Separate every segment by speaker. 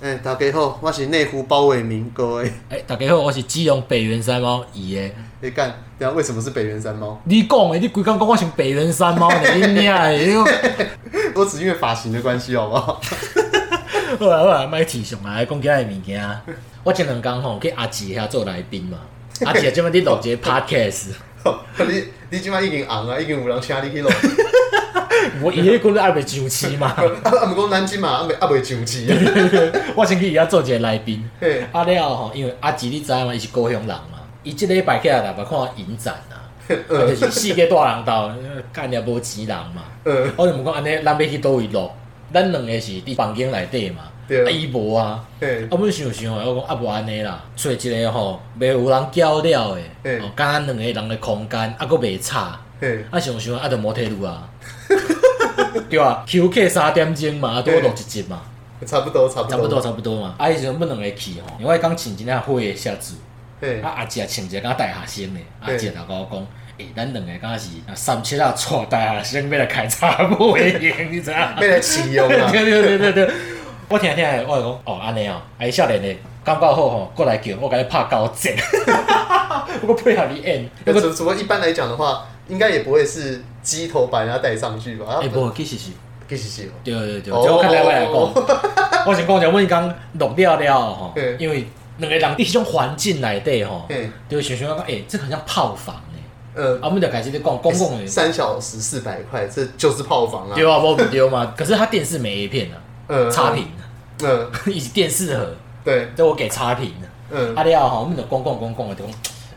Speaker 1: 哎大家好，我是内湖包伟明，各位。
Speaker 2: 哎、大家好，我是基隆北原山猫伊的。
Speaker 1: 你干，等一下为什么是北原山猫？
Speaker 2: 你讲的，你规工讲我像北原山猫呢，你娘的！你讲
Speaker 1: 我只是因为发型的关系，好不好？
Speaker 2: 好啦好啦，莫提上来讲今仔的物件。我前两工吼去阿姊遐做来宾嘛，阿啊姊即摆伫录一个 podcast，
Speaker 1: 你你即摆已经红啊，已经有人请你去录。
Speaker 2: 我伊迄个还袂上市嘛，
Speaker 1: 啊，啊毋过咱即嘛啊未啊未上市 啊。
Speaker 2: 我先去伊遐做一个来宾。
Speaker 1: 嘿，
Speaker 2: 啊了后吼，因为阿姊你知嘛，伊是高雄人嘛，伊即礼拜起来台北看影展啊，啊就是世界大人道，干了无钱人嘛。
Speaker 1: 呃，
Speaker 2: 我就问讲安尼，咱要去倒位录？咱两个是伫房间内底嘛，
Speaker 1: 对
Speaker 2: 啊伊无啊，
Speaker 1: 嘿
Speaker 2: 啊，阮想想诶，我讲啊无安尼啦，找一个吼，袂有人搅了诶，
Speaker 1: 嘿
Speaker 2: 哦，敢咱两个人诶空间，啊佫袂吵，
Speaker 1: 嘿，
Speaker 2: 啊想想啊就摩铁路 啊，对啊休克三点钟嘛，啊拄好录一集嘛，
Speaker 1: 差不多，差不多，
Speaker 2: 差不多。差不多嘛，啊伊时阵阮两个去吼，因为我讲穿一领灰诶鞋子，
Speaker 1: 嘿
Speaker 2: 啊，阿姐穿一个敢大学生诶，阿
Speaker 1: 嘿
Speaker 2: 姐就甲我讲。诶、咱两个敢是啊三七啊，娶大学生要来开 查某诶用，你知影？
Speaker 1: 要来试用 啊。
Speaker 2: 对对对对对，我听听，我就讲哦，安尼哦，啊，伊少年的感觉好吼，过来叫我甲你拍高折， 我配合你演，
Speaker 1: 那
Speaker 2: 那
Speaker 1: 只
Speaker 2: 个
Speaker 1: 只不过一般来讲的话，应该也不会是鸡头把人家带上去吧？啊
Speaker 2: 哎，无其实是，
Speaker 1: 其实是哦，
Speaker 2: 对对对，
Speaker 1: 哦
Speaker 2: 这我较来我来讲，我先讲者，阮讲录了了吼
Speaker 1: 嗯，
Speaker 2: 因为两个人伫迄种环境内底吼，
Speaker 1: 嘿，
Speaker 2: 就想想讲，哎，这很像炮房诶，
Speaker 1: 呃，
Speaker 2: 啊，我们就开始咧讲公共诶，
Speaker 1: 三小时四百块，这就是炮房啊。
Speaker 2: 对啊，无毋对嘛，可是他电视没 A 片啊，
Speaker 1: 呃，
Speaker 2: 差评，
Speaker 1: 呃，
Speaker 2: 以及电视盒，
Speaker 1: 对，
Speaker 2: 这我给差评。
Speaker 1: 嗯，
Speaker 2: 阿廖哈，我们的公共公共的东，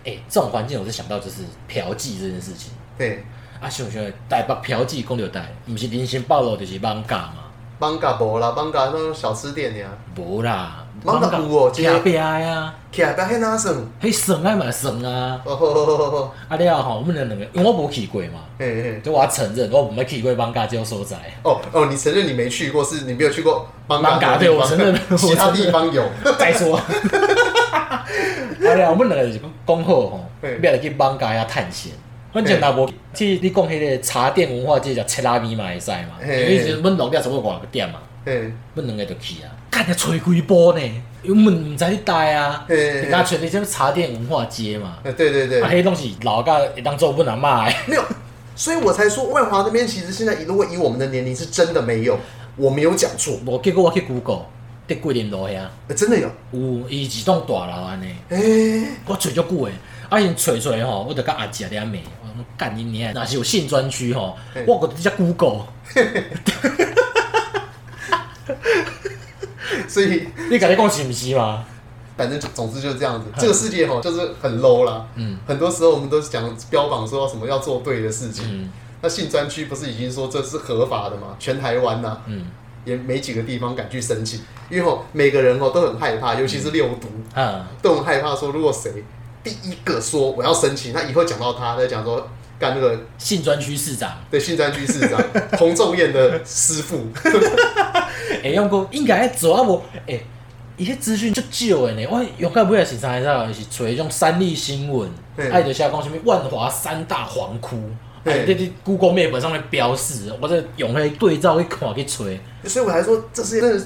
Speaker 2: 哎、这种环境我是想到就是嫖妓这件事情。
Speaker 1: 对，
Speaker 2: 啊，想想台北嫖妓公就台，毋是人身暴露就是网咖嘛，
Speaker 1: 邦嘎无啦，邦嘎那种小吃店呀，
Speaker 2: 无啦，
Speaker 1: 网咖有哦
Speaker 2: 假白啊，
Speaker 1: 起来不要那算。
Speaker 2: 迄算爱嘛算啊。
Speaker 1: 哦吼吼吼吼，
Speaker 2: 啊了吼，我们两个因为我无去过嘛，
Speaker 1: 嘿嘿。
Speaker 2: 就我要承认我毋捌去过网咖这种所在。
Speaker 1: 哦哦，你承认你没去过，是你没有去过邦
Speaker 2: 邦嘎
Speaker 1: 嘎
Speaker 2: 对我承 认我
Speaker 1: 其他
Speaker 2: 承认
Speaker 1: 地方有。
Speaker 2: 再说，啊了，我们两个就是讲好吼，
Speaker 1: 嘿
Speaker 2: 要来去网咖遐探险。阮前头无去，你讲迄个茶店文化，即叫切拉米嘛会使嘛？因
Speaker 1: 嘿
Speaker 2: 为是阮落了差不多外个点嘛。
Speaker 1: 嘿，
Speaker 2: 阮两个就去啊，干你吹几波呢？因为阮毋知你带啊，
Speaker 1: 嘿嘿嘿
Speaker 2: 人家找你什么茶店文化街嘛，
Speaker 1: 呃，对对对
Speaker 2: 啊，，迄拢是老甲会当做阮阿嬷的。
Speaker 1: 没有，所以我才说万华那边其实现在如果以我们的年龄是真的没有，我没有讲错，
Speaker 2: 无结果我去 Google，伫桂林路遐
Speaker 1: 呃真的有。
Speaker 2: 有伊一栋大楼安尼，
Speaker 1: 哎、
Speaker 2: 我找足久的，啊因找出来吼，我就甲阿姐咧骂，我讲干你娘，若是有性专区吼
Speaker 1: 嘿，
Speaker 2: 我搁伫遮 Google，
Speaker 1: 所以
Speaker 2: 你甲你讲是毋是嘛？
Speaker 1: 反正总之就是这样子，这个世界哈就是很 low 啦。
Speaker 2: 嗯
Speaker 1: 很多时候我们都是讲标榜说什么要做对的事情。
Speaker 2: 嗯
Speaker 1: 那性专区不是已经说这是合法的吗？全台湾呐、
Speaker 2: 嗯，
Speaker 1: 也没几个地方敢去申请，因为吼每个人哦都很害怕，
Speaker 2: 嗯
Speaker 1: 尤其是六毒，
Speaker 2: 啊，
Speaker 1: 都很害怕说如果谁第一个说我要申请，那以后讲到他，再讲说干那个
Speaker 2: 性专区市长，
Speaker 1: 对性专区 市长洪仲彦的师傅，
Speaker 2: 会用过应该做啊无诶，伊迄资讯足少的呢。我用到尾也是啥啥，是找迄种三立新闻，
Speaker 1: 嗯
Speaker 2: 爱着写讲啥物万华三大皇窟，
Speaker 1: 嗯
Speaker 2: 哎，这这 Google Map 上面标示，我再用迄对照去看去找。
Speaker 1: 所以我才说这是真的是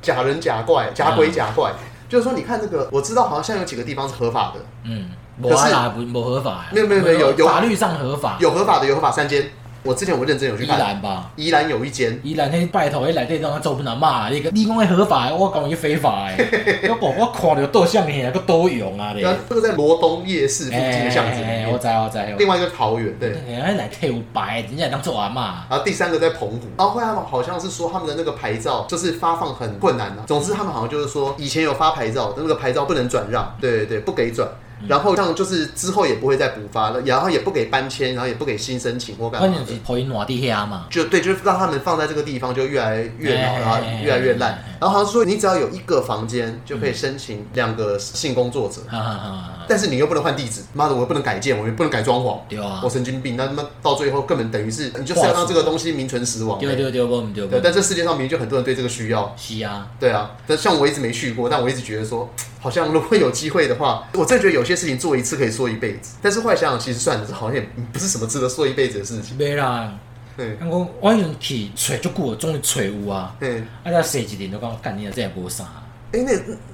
Speaker 1: 假人假怪，假鬼假怪。就是说，你看这个，我知道好像有几个地方是合法的，
Speaker 2: 嗯，无啊啦，无无合法啊，
Speaker 1: 没有没有没有有有
Speaker 2: 法律上合法，
Speaker 1: 有合法的，有合法三间。我之前我认真有去
Speaker 2: 依
Speaker 1: 看，
Speaker 2: 然吧。
Speaker 1: 宜兰有一间，
Speaker 2: 依然迄拜托迄内底拢啊做不难骂，你个你讲迄合法的，我讲伊非法的。 我讲我看着倒向遐个都用啊咧。
Speaker 1: 然后这个在罗东夜市附近的巷子里
Speaker 2: 哎哎哎我
Speaker 1: 面，
Speaker 2: 知我知。我知
Speaker 1: 另外一个桃园，对，
Speaker 2: 哎，哎来退伍白，人家当做阿嬷。
Speaker 1: 然后第三个在澎湖，然后后来他们哦啊好像是说他们的那个牌照就是发放很困难啊。总之他们好像就是说以前有发牌照，那个牌照不能转让，对对对，不给转。然后这样就是之后也不会再补发了，然后也不给搬迁，然后也不给新申请或干
Speaker 2: 关
Speaker 1: 嘛
Speaker 2: 键
Speaker 1: 的
Speaker 2: 是，头因烂伫遐嘛，
Speaker 1: 就对，就是让他们放在这个地方就越来越老，
Speaker 2: 哎
Speaker 1: 然后
Speaker 2: 哎哎
Speaker 1: 越来越烂
Speaker 2: 哎哎。
Speaker 1: 然后好像说你只要有一个房间就可以申请两个性工作者，
Speaker 2: 哈哈哈哈。
Speaker 1: 但是你又不能换地址，妈的，我又不能改建，我又不能改装潢，
Speaker 2: 对啊
Speaker 1: 我神经病，那他妈到最后根本等于是你就是要让这个东西名存实亡、
Speaker 2: 对对对，无毋对，
Speaker 1: 对，
Speaker 2: 无
Speaker 1: 但这世界上明明就很多人对这个需要，
Speaker 2: 是啊，
Speaker 1: 对啊，但像我一直没去过，但我一直觉得说，好像如果有机会的话，我真的觉得有些事情做一次可以说一辈子。但是后来想想，其实算了，这好像也不是什么值得说一辈子的事情。
Speaker 2: 袂啦。
Speaker 1: 对，
Speaker 2: 我讲我迄阵去找足久，终于找有啊。
Speaker 1: 对，
Speaker 2: 啊，才踅一阵就讲，干你啊，这也无啥。
Speaker 1: 哎、那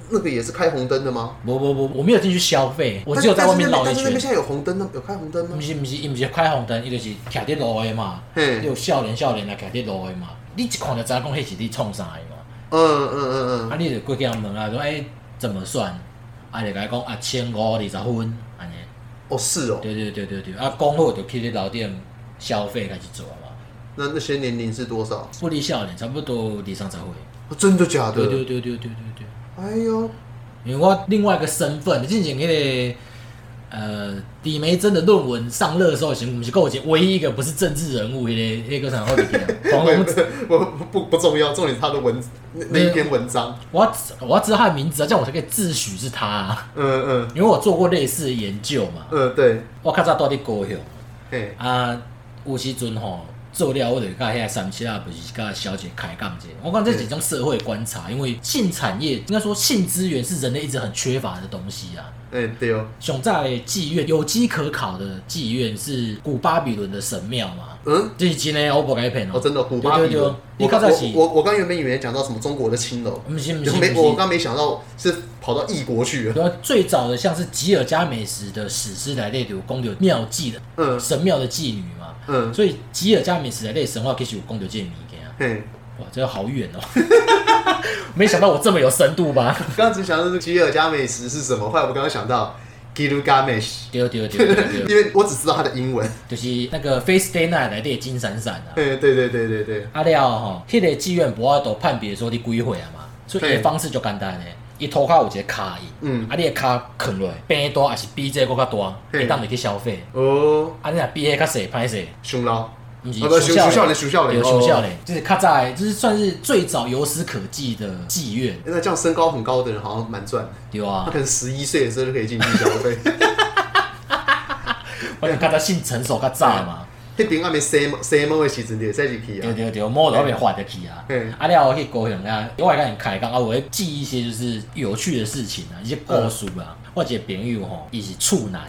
Speaker 1: 那个也是开红灯的吗？
Speaker 2: 不不不，我没有进去消费，我只有在外面绕
Speaker 1: 但
Speaker 2: 一
Speaker 1: 是那边但是那边
Speaker 2: 圈。
Speaker 1: 现在有红灯呢，有开红灯吗
Speaker 2: 不？是不是，伊不是开红灯，伊就是徛伫路的嘛，
Speaker 1: 嘿，
Speaker 2: 有少年少年来徛伫路的嘛，你一看就知影讲迄是你创啥的嘛，
Speaker 1: 嗯嗯嗯
Speaker 2: 啊你就过去人问啊，说哎、怎么算？啊就甲伊讲啊千五二十分，安尼，
Speaker 1: 嗯，哦是哦，
Speaker 2: 对对对对对，啊讲好就去你老店消费开始做嘛，
Speaker 1: 那那些年龄是多少？
Speaker 2: 不离少年差不多二三十岁，
Speaker 1: 哦真的假的？
Speaker 2: 对对对对对对对。
Speaker 1: 哎呦，
Speaker 2: 因为我另外一个身份，进前迄个呃李梅珍的论文上热搜的时候，我们是够有唯一一个不是政治人物，迄、个迄、个啥好 听，黄龙，
Speaker 1: 不不不不重要，重点是他的文那那一篇文章，
Speaker 2: 我要我要知道他的名字啊，这样我才可以自诩是他、啊，
Speaker 1: 嗯嗯
Speaker 2: 因为我做过类似的研究嘛，
Speaker 1: 嗯，对，
Speaker 2: 我较早到伫高雄
Speaker 1: 嘿，
Speaker 2: 啊，有时阵吼。做了，我就甲遐三七啊，不是甲小姐开杠者。我讲这是一种社会观察，因为性产业应该说性资源是人类一直很缺乏的东西啊。
Speaker 1: 哎对哦，
Speaker 2: 熊在妓院有机可考的妓院是古巴比伦的神庙嘛？
Speaker 1: 嗯。
Speaker 2: 这是真的，我不该骗
Speaker 1: 哦，
Speaker 2: 哦。
Speaker 1: 真的，古巴比
Speaker 2: 对对
Speaker 1: 伦
Speaker 2: 对。
Speaker 1: 我
Speaker 2: 你
Speaker 1: 刚
Speaker 2: 较早是
Speaker 1: 我我我刚原本以为讲到什么中国的青楼，
Speaker 2: 不是不
Speaker 1: 就是没我
Speaker 2: 不是，
Speaker 1: 刚没想到是跑到异国去了。
Speaker 2: 然后最早的像是吉尔加美什的史诗来类有公牛妙计的
Speaker 1: 嗯
Speaker 2: 神庙的妓女嘛，
Speaker 1: 嗯，
Speaker 2: 所以吉尔加美什来类神话其实有公牛见物件啊。
Speaker 1: 嘿，
Speaker 2: 哇，这个好远哦！ 没想到我这么有深度吧？
Speaker 1: 刚刚只想到是吉尔加美什是什么，后来我刚刚想到 Gilgamesh，
Speaker 2: 对对对对
Speaker 1: 因
Speaker 2: 对，
Speaker 1: 为我只知道它的英文。
Speaker 2: 就是那个《Face Day Night》来的金闪闪啊。
Speaker 1: 嘿，对对对对对，
Speaker 2: 啊了吼，迄、个妓院无法度判别说你几岁啊嘛，所以伊
Speaker 1: 对
Speaker 2: 的方式就简单诶，伊涂骹有一个卡印，
Speaker 1: 嗯
Speaker 2: 啊你的骹囥落，变大还是比这个较大，
Speaker 1: 嘿
Speaker 2: 会当入去消费。
Speaker 1: 哦，
Speaker 2: 啊你若比迄较细歹势，
Speaker 1: 熊捞，
Speaker 2: 毋是
Speaker 1: 啊不，熊熊笑
Speaker 2: 嗯笑
Speaker 1: 脸，熊笑脸，
Speaker 2: 有熊笑
Speaker 1: 哦。
Speaker 2: 咧，就是较早的，就是算是最早有史可记的妓院，
Speaker 1: 欸那这样身高很高的人好像蛮赚的，
Speaker 2: 对
Speaker 1: 他
Speaker 2: 啊
Speaker 1: 可，能十一岁的时候就可以进去消费。
Speaker 2: 我者较早性成熟较早嘛，
Speaker 1: 那边还没 same same 的时阵，也在一起
Speaker 2: 对
Speaker 1: 啊。
Speaker 2: 对对，摸都被划得去啊
Speaker 1: 嘿。
Speaker 2: 啊了后去高雄啊，我会甲因开讲啊，我会记一些就是有趣的事情啊，一些故事啊。我有一个朋友吼，伊是处男。啊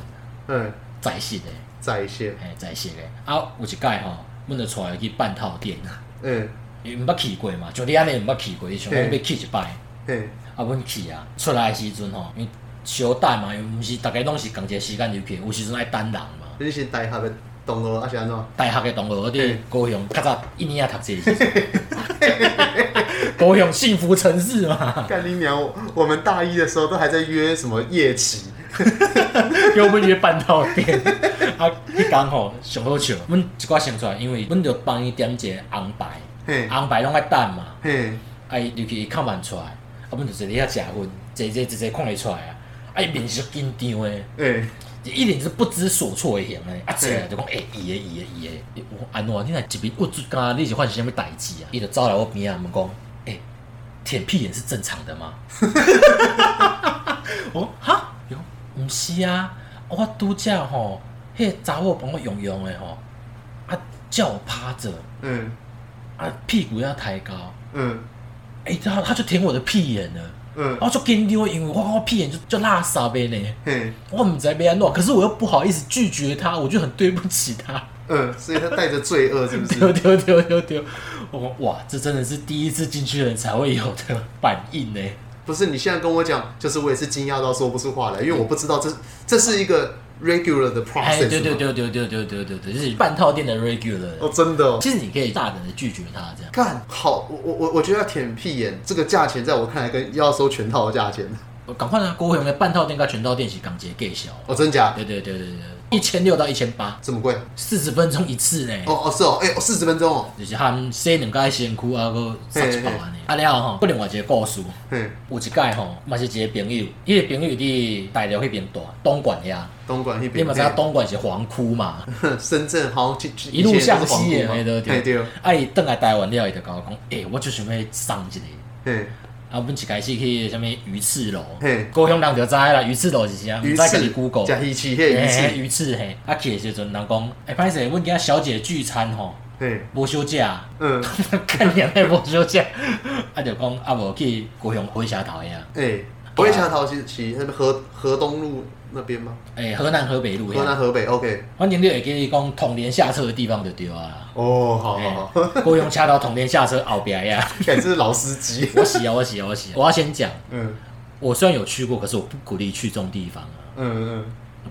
Speaker 1: 嗯，
Speaker 2: 在线的，
Speaker 1: 在线，
Speaker 2: 哎，在线的。啊，有一届吼，阮就带伊去半套店，啊
Speaker 1: 嗯，
Speaker 2: 伊毋捌去过嘛，像你安尼毋捌去过，伊想讲
Speaker 1: 嘿
Speaker 2: 要去一摆，啊，
Speaker 1: 嘿，
Speaker 2: 阮去啊，出来的时阵吼，因为小等嘛，因为毋是逐个拢是同一个时间入去，有时阵爱等人嘛。
Speaker 1: 你是大学的同学还啊是安怎？
Speaker 2: 大学的同学，我伫
Speaker 1: 嘿
Speaker 2: 高雄较早一年啊读册的时阵， 高雄幸福城市嘛，
Speaker 1: 干你娘！我我们大一的时候都还在约什么夜骑，
Speaker 2: 给我们约半套店。啊，迄工吼上好笑，阮一寡想出来，因为阮就帮伊点一个红牌，
Speaker 1: 嘿，
Speaker 2: 红牌拢爱等嘛。
Speaker 1: 嘿，
Speaker 2: 啊，伊入去伊看慢出来，啊，阮就坐伫遐食薰，坐坐坐坐看会出来啊，啊，伊面是紧张诶，
Speaker 1: 嘿，
Speaker 2: 伊一脸是不知所措诶样诶，啊，坐来就讲，诶，伊诶，伊诶，伊诶，伊我安怎？你若一边捂住干，你是发生啥物代志啊？伊就走来我边啊，问讲，诶，舔屁眼是正常的吗？ 我说哈，哟，毋是啊，我拄则吼，迄个查某帮我用用诶吼，啊，叫我趴着，
Speaker 1: 嗯，
Speaker 2: 啊，屁股要抬高，
Speaker 1: 嗯，
Speaker 2: 诶，他他就舔我的屁眼了。
Speaker 1: 嗯，
Speaker 2: 然后就紧张，因为我我屁眼就就拉撒呗呢，
Speaker 1: 嘿，
Speaker 2: 我唔知道要安弄，可是我又不好意思拒绝他，我就很对不起他。
Speaker 1: 嗯，所以他带着罪恶，是不
Speaker 2: 丢
Speaker 1: 是？
Speaker 2: 丢丢丢丢，我哇，这真的是第一次进去的人才会有的反应呢。
Speaker 1: 不是，你现在跟我讲，就是我也是惊讶到说不出话来，因为我不知道这这是一个 regular 的 process。
Speaker 2: 哎，对对，对对对对对对对，就是半套店的 regular。
Speaker 1: 哦，真的、哦。
Speaker 2: 其实你可以大胆的拒绝他这样。
Speaker 1: 干好，我我我我觉得要舔屁眼这个价钱，在我看来跟要收全套的价钱，
Speaker 2: 我赶快呢，郭宏的半套店跟全套店是港结 gay 小。
Speaker 1: 哦，真假
Speaker 2: 对对对对对，一千六到一千八，
Speaker 1: 这么贵？
Speaker 2: 四十分钟一次呢。
Speaker 1: 哦哦是哦，哎、四十分钟哦，
Speaker 2: 就是含洗两个身躯啊，搁撒一包安尼。啊了后吼，不另外一个故事，
Speaker 1: 嘿，
Speaker 2: 有一届吼，嘛是一个朋友，伊个朋友伫大陆迄边住，东莞遐。
Speaker 1: 东莞那
Speaker 2: 你
Speaker 1: 边，
Speaker 2: 嘛知影东莞是皇窟嘛？
Speaker 1: 嘿 深圳好像
Speaker 2: 一路向西的，
Speaker 1: 哎
Speaker 2: 迄个
Speaker 1: 对对，
Speaker 2: 啊，伊倒来台湾了，伊就甲我讲，诶、我就想要送一个。
Speaker 1: 嘿，
Speaker 2: 啊，阮一开始去啥物鱼翅楼
Speaker 1: 嘿，
Speaker 2: 高雄人就知啦，鱼翅楼是啥？毋
Speaker 1: 鱼
Speaker 2: 知家
Speaker 1: 翅
Speaker 2: 己 Google。
Speaker 1: 加黑漆，嘿，鱼
Speaker 2: 嘿
Speaker 1: 翅，
Speaker 2: 鱼翅嘿，啊去的时阵人讲，诶、歹势，阮今仔小姐聚餐吼，
Speaker 1: 嘿，
Speaker 2: 无休 假。
Speaker 1: 嗯，
Speaker 2: 看人的无少钱，啊就讲啊无去高雄火车头遐，
Speaker 1: 哎，我也想淘气骑那边河河东路那边吗？
Speaker 2: 诶、欸河南河北路
Speaker 1: 河南
Speaker 2: 呀，
Speaker 1: 河北，OK。
Speaker 2: 我年六会给你讲统联下车的地方就对啊啦。
Speaker 1: 哦，好好好，
Speaker 2: 好，我用车到统联下车后边呀。
Speaker 1: 感觉是老司机。
Speaker 2: 我洗啊，我洗啊，我洗啊。我要先讲，
Speaker 1: 嗯
Speaker 2: 我虽然有去过，可是我不鼓励去这种地方啊，
Speaker 1: 嗯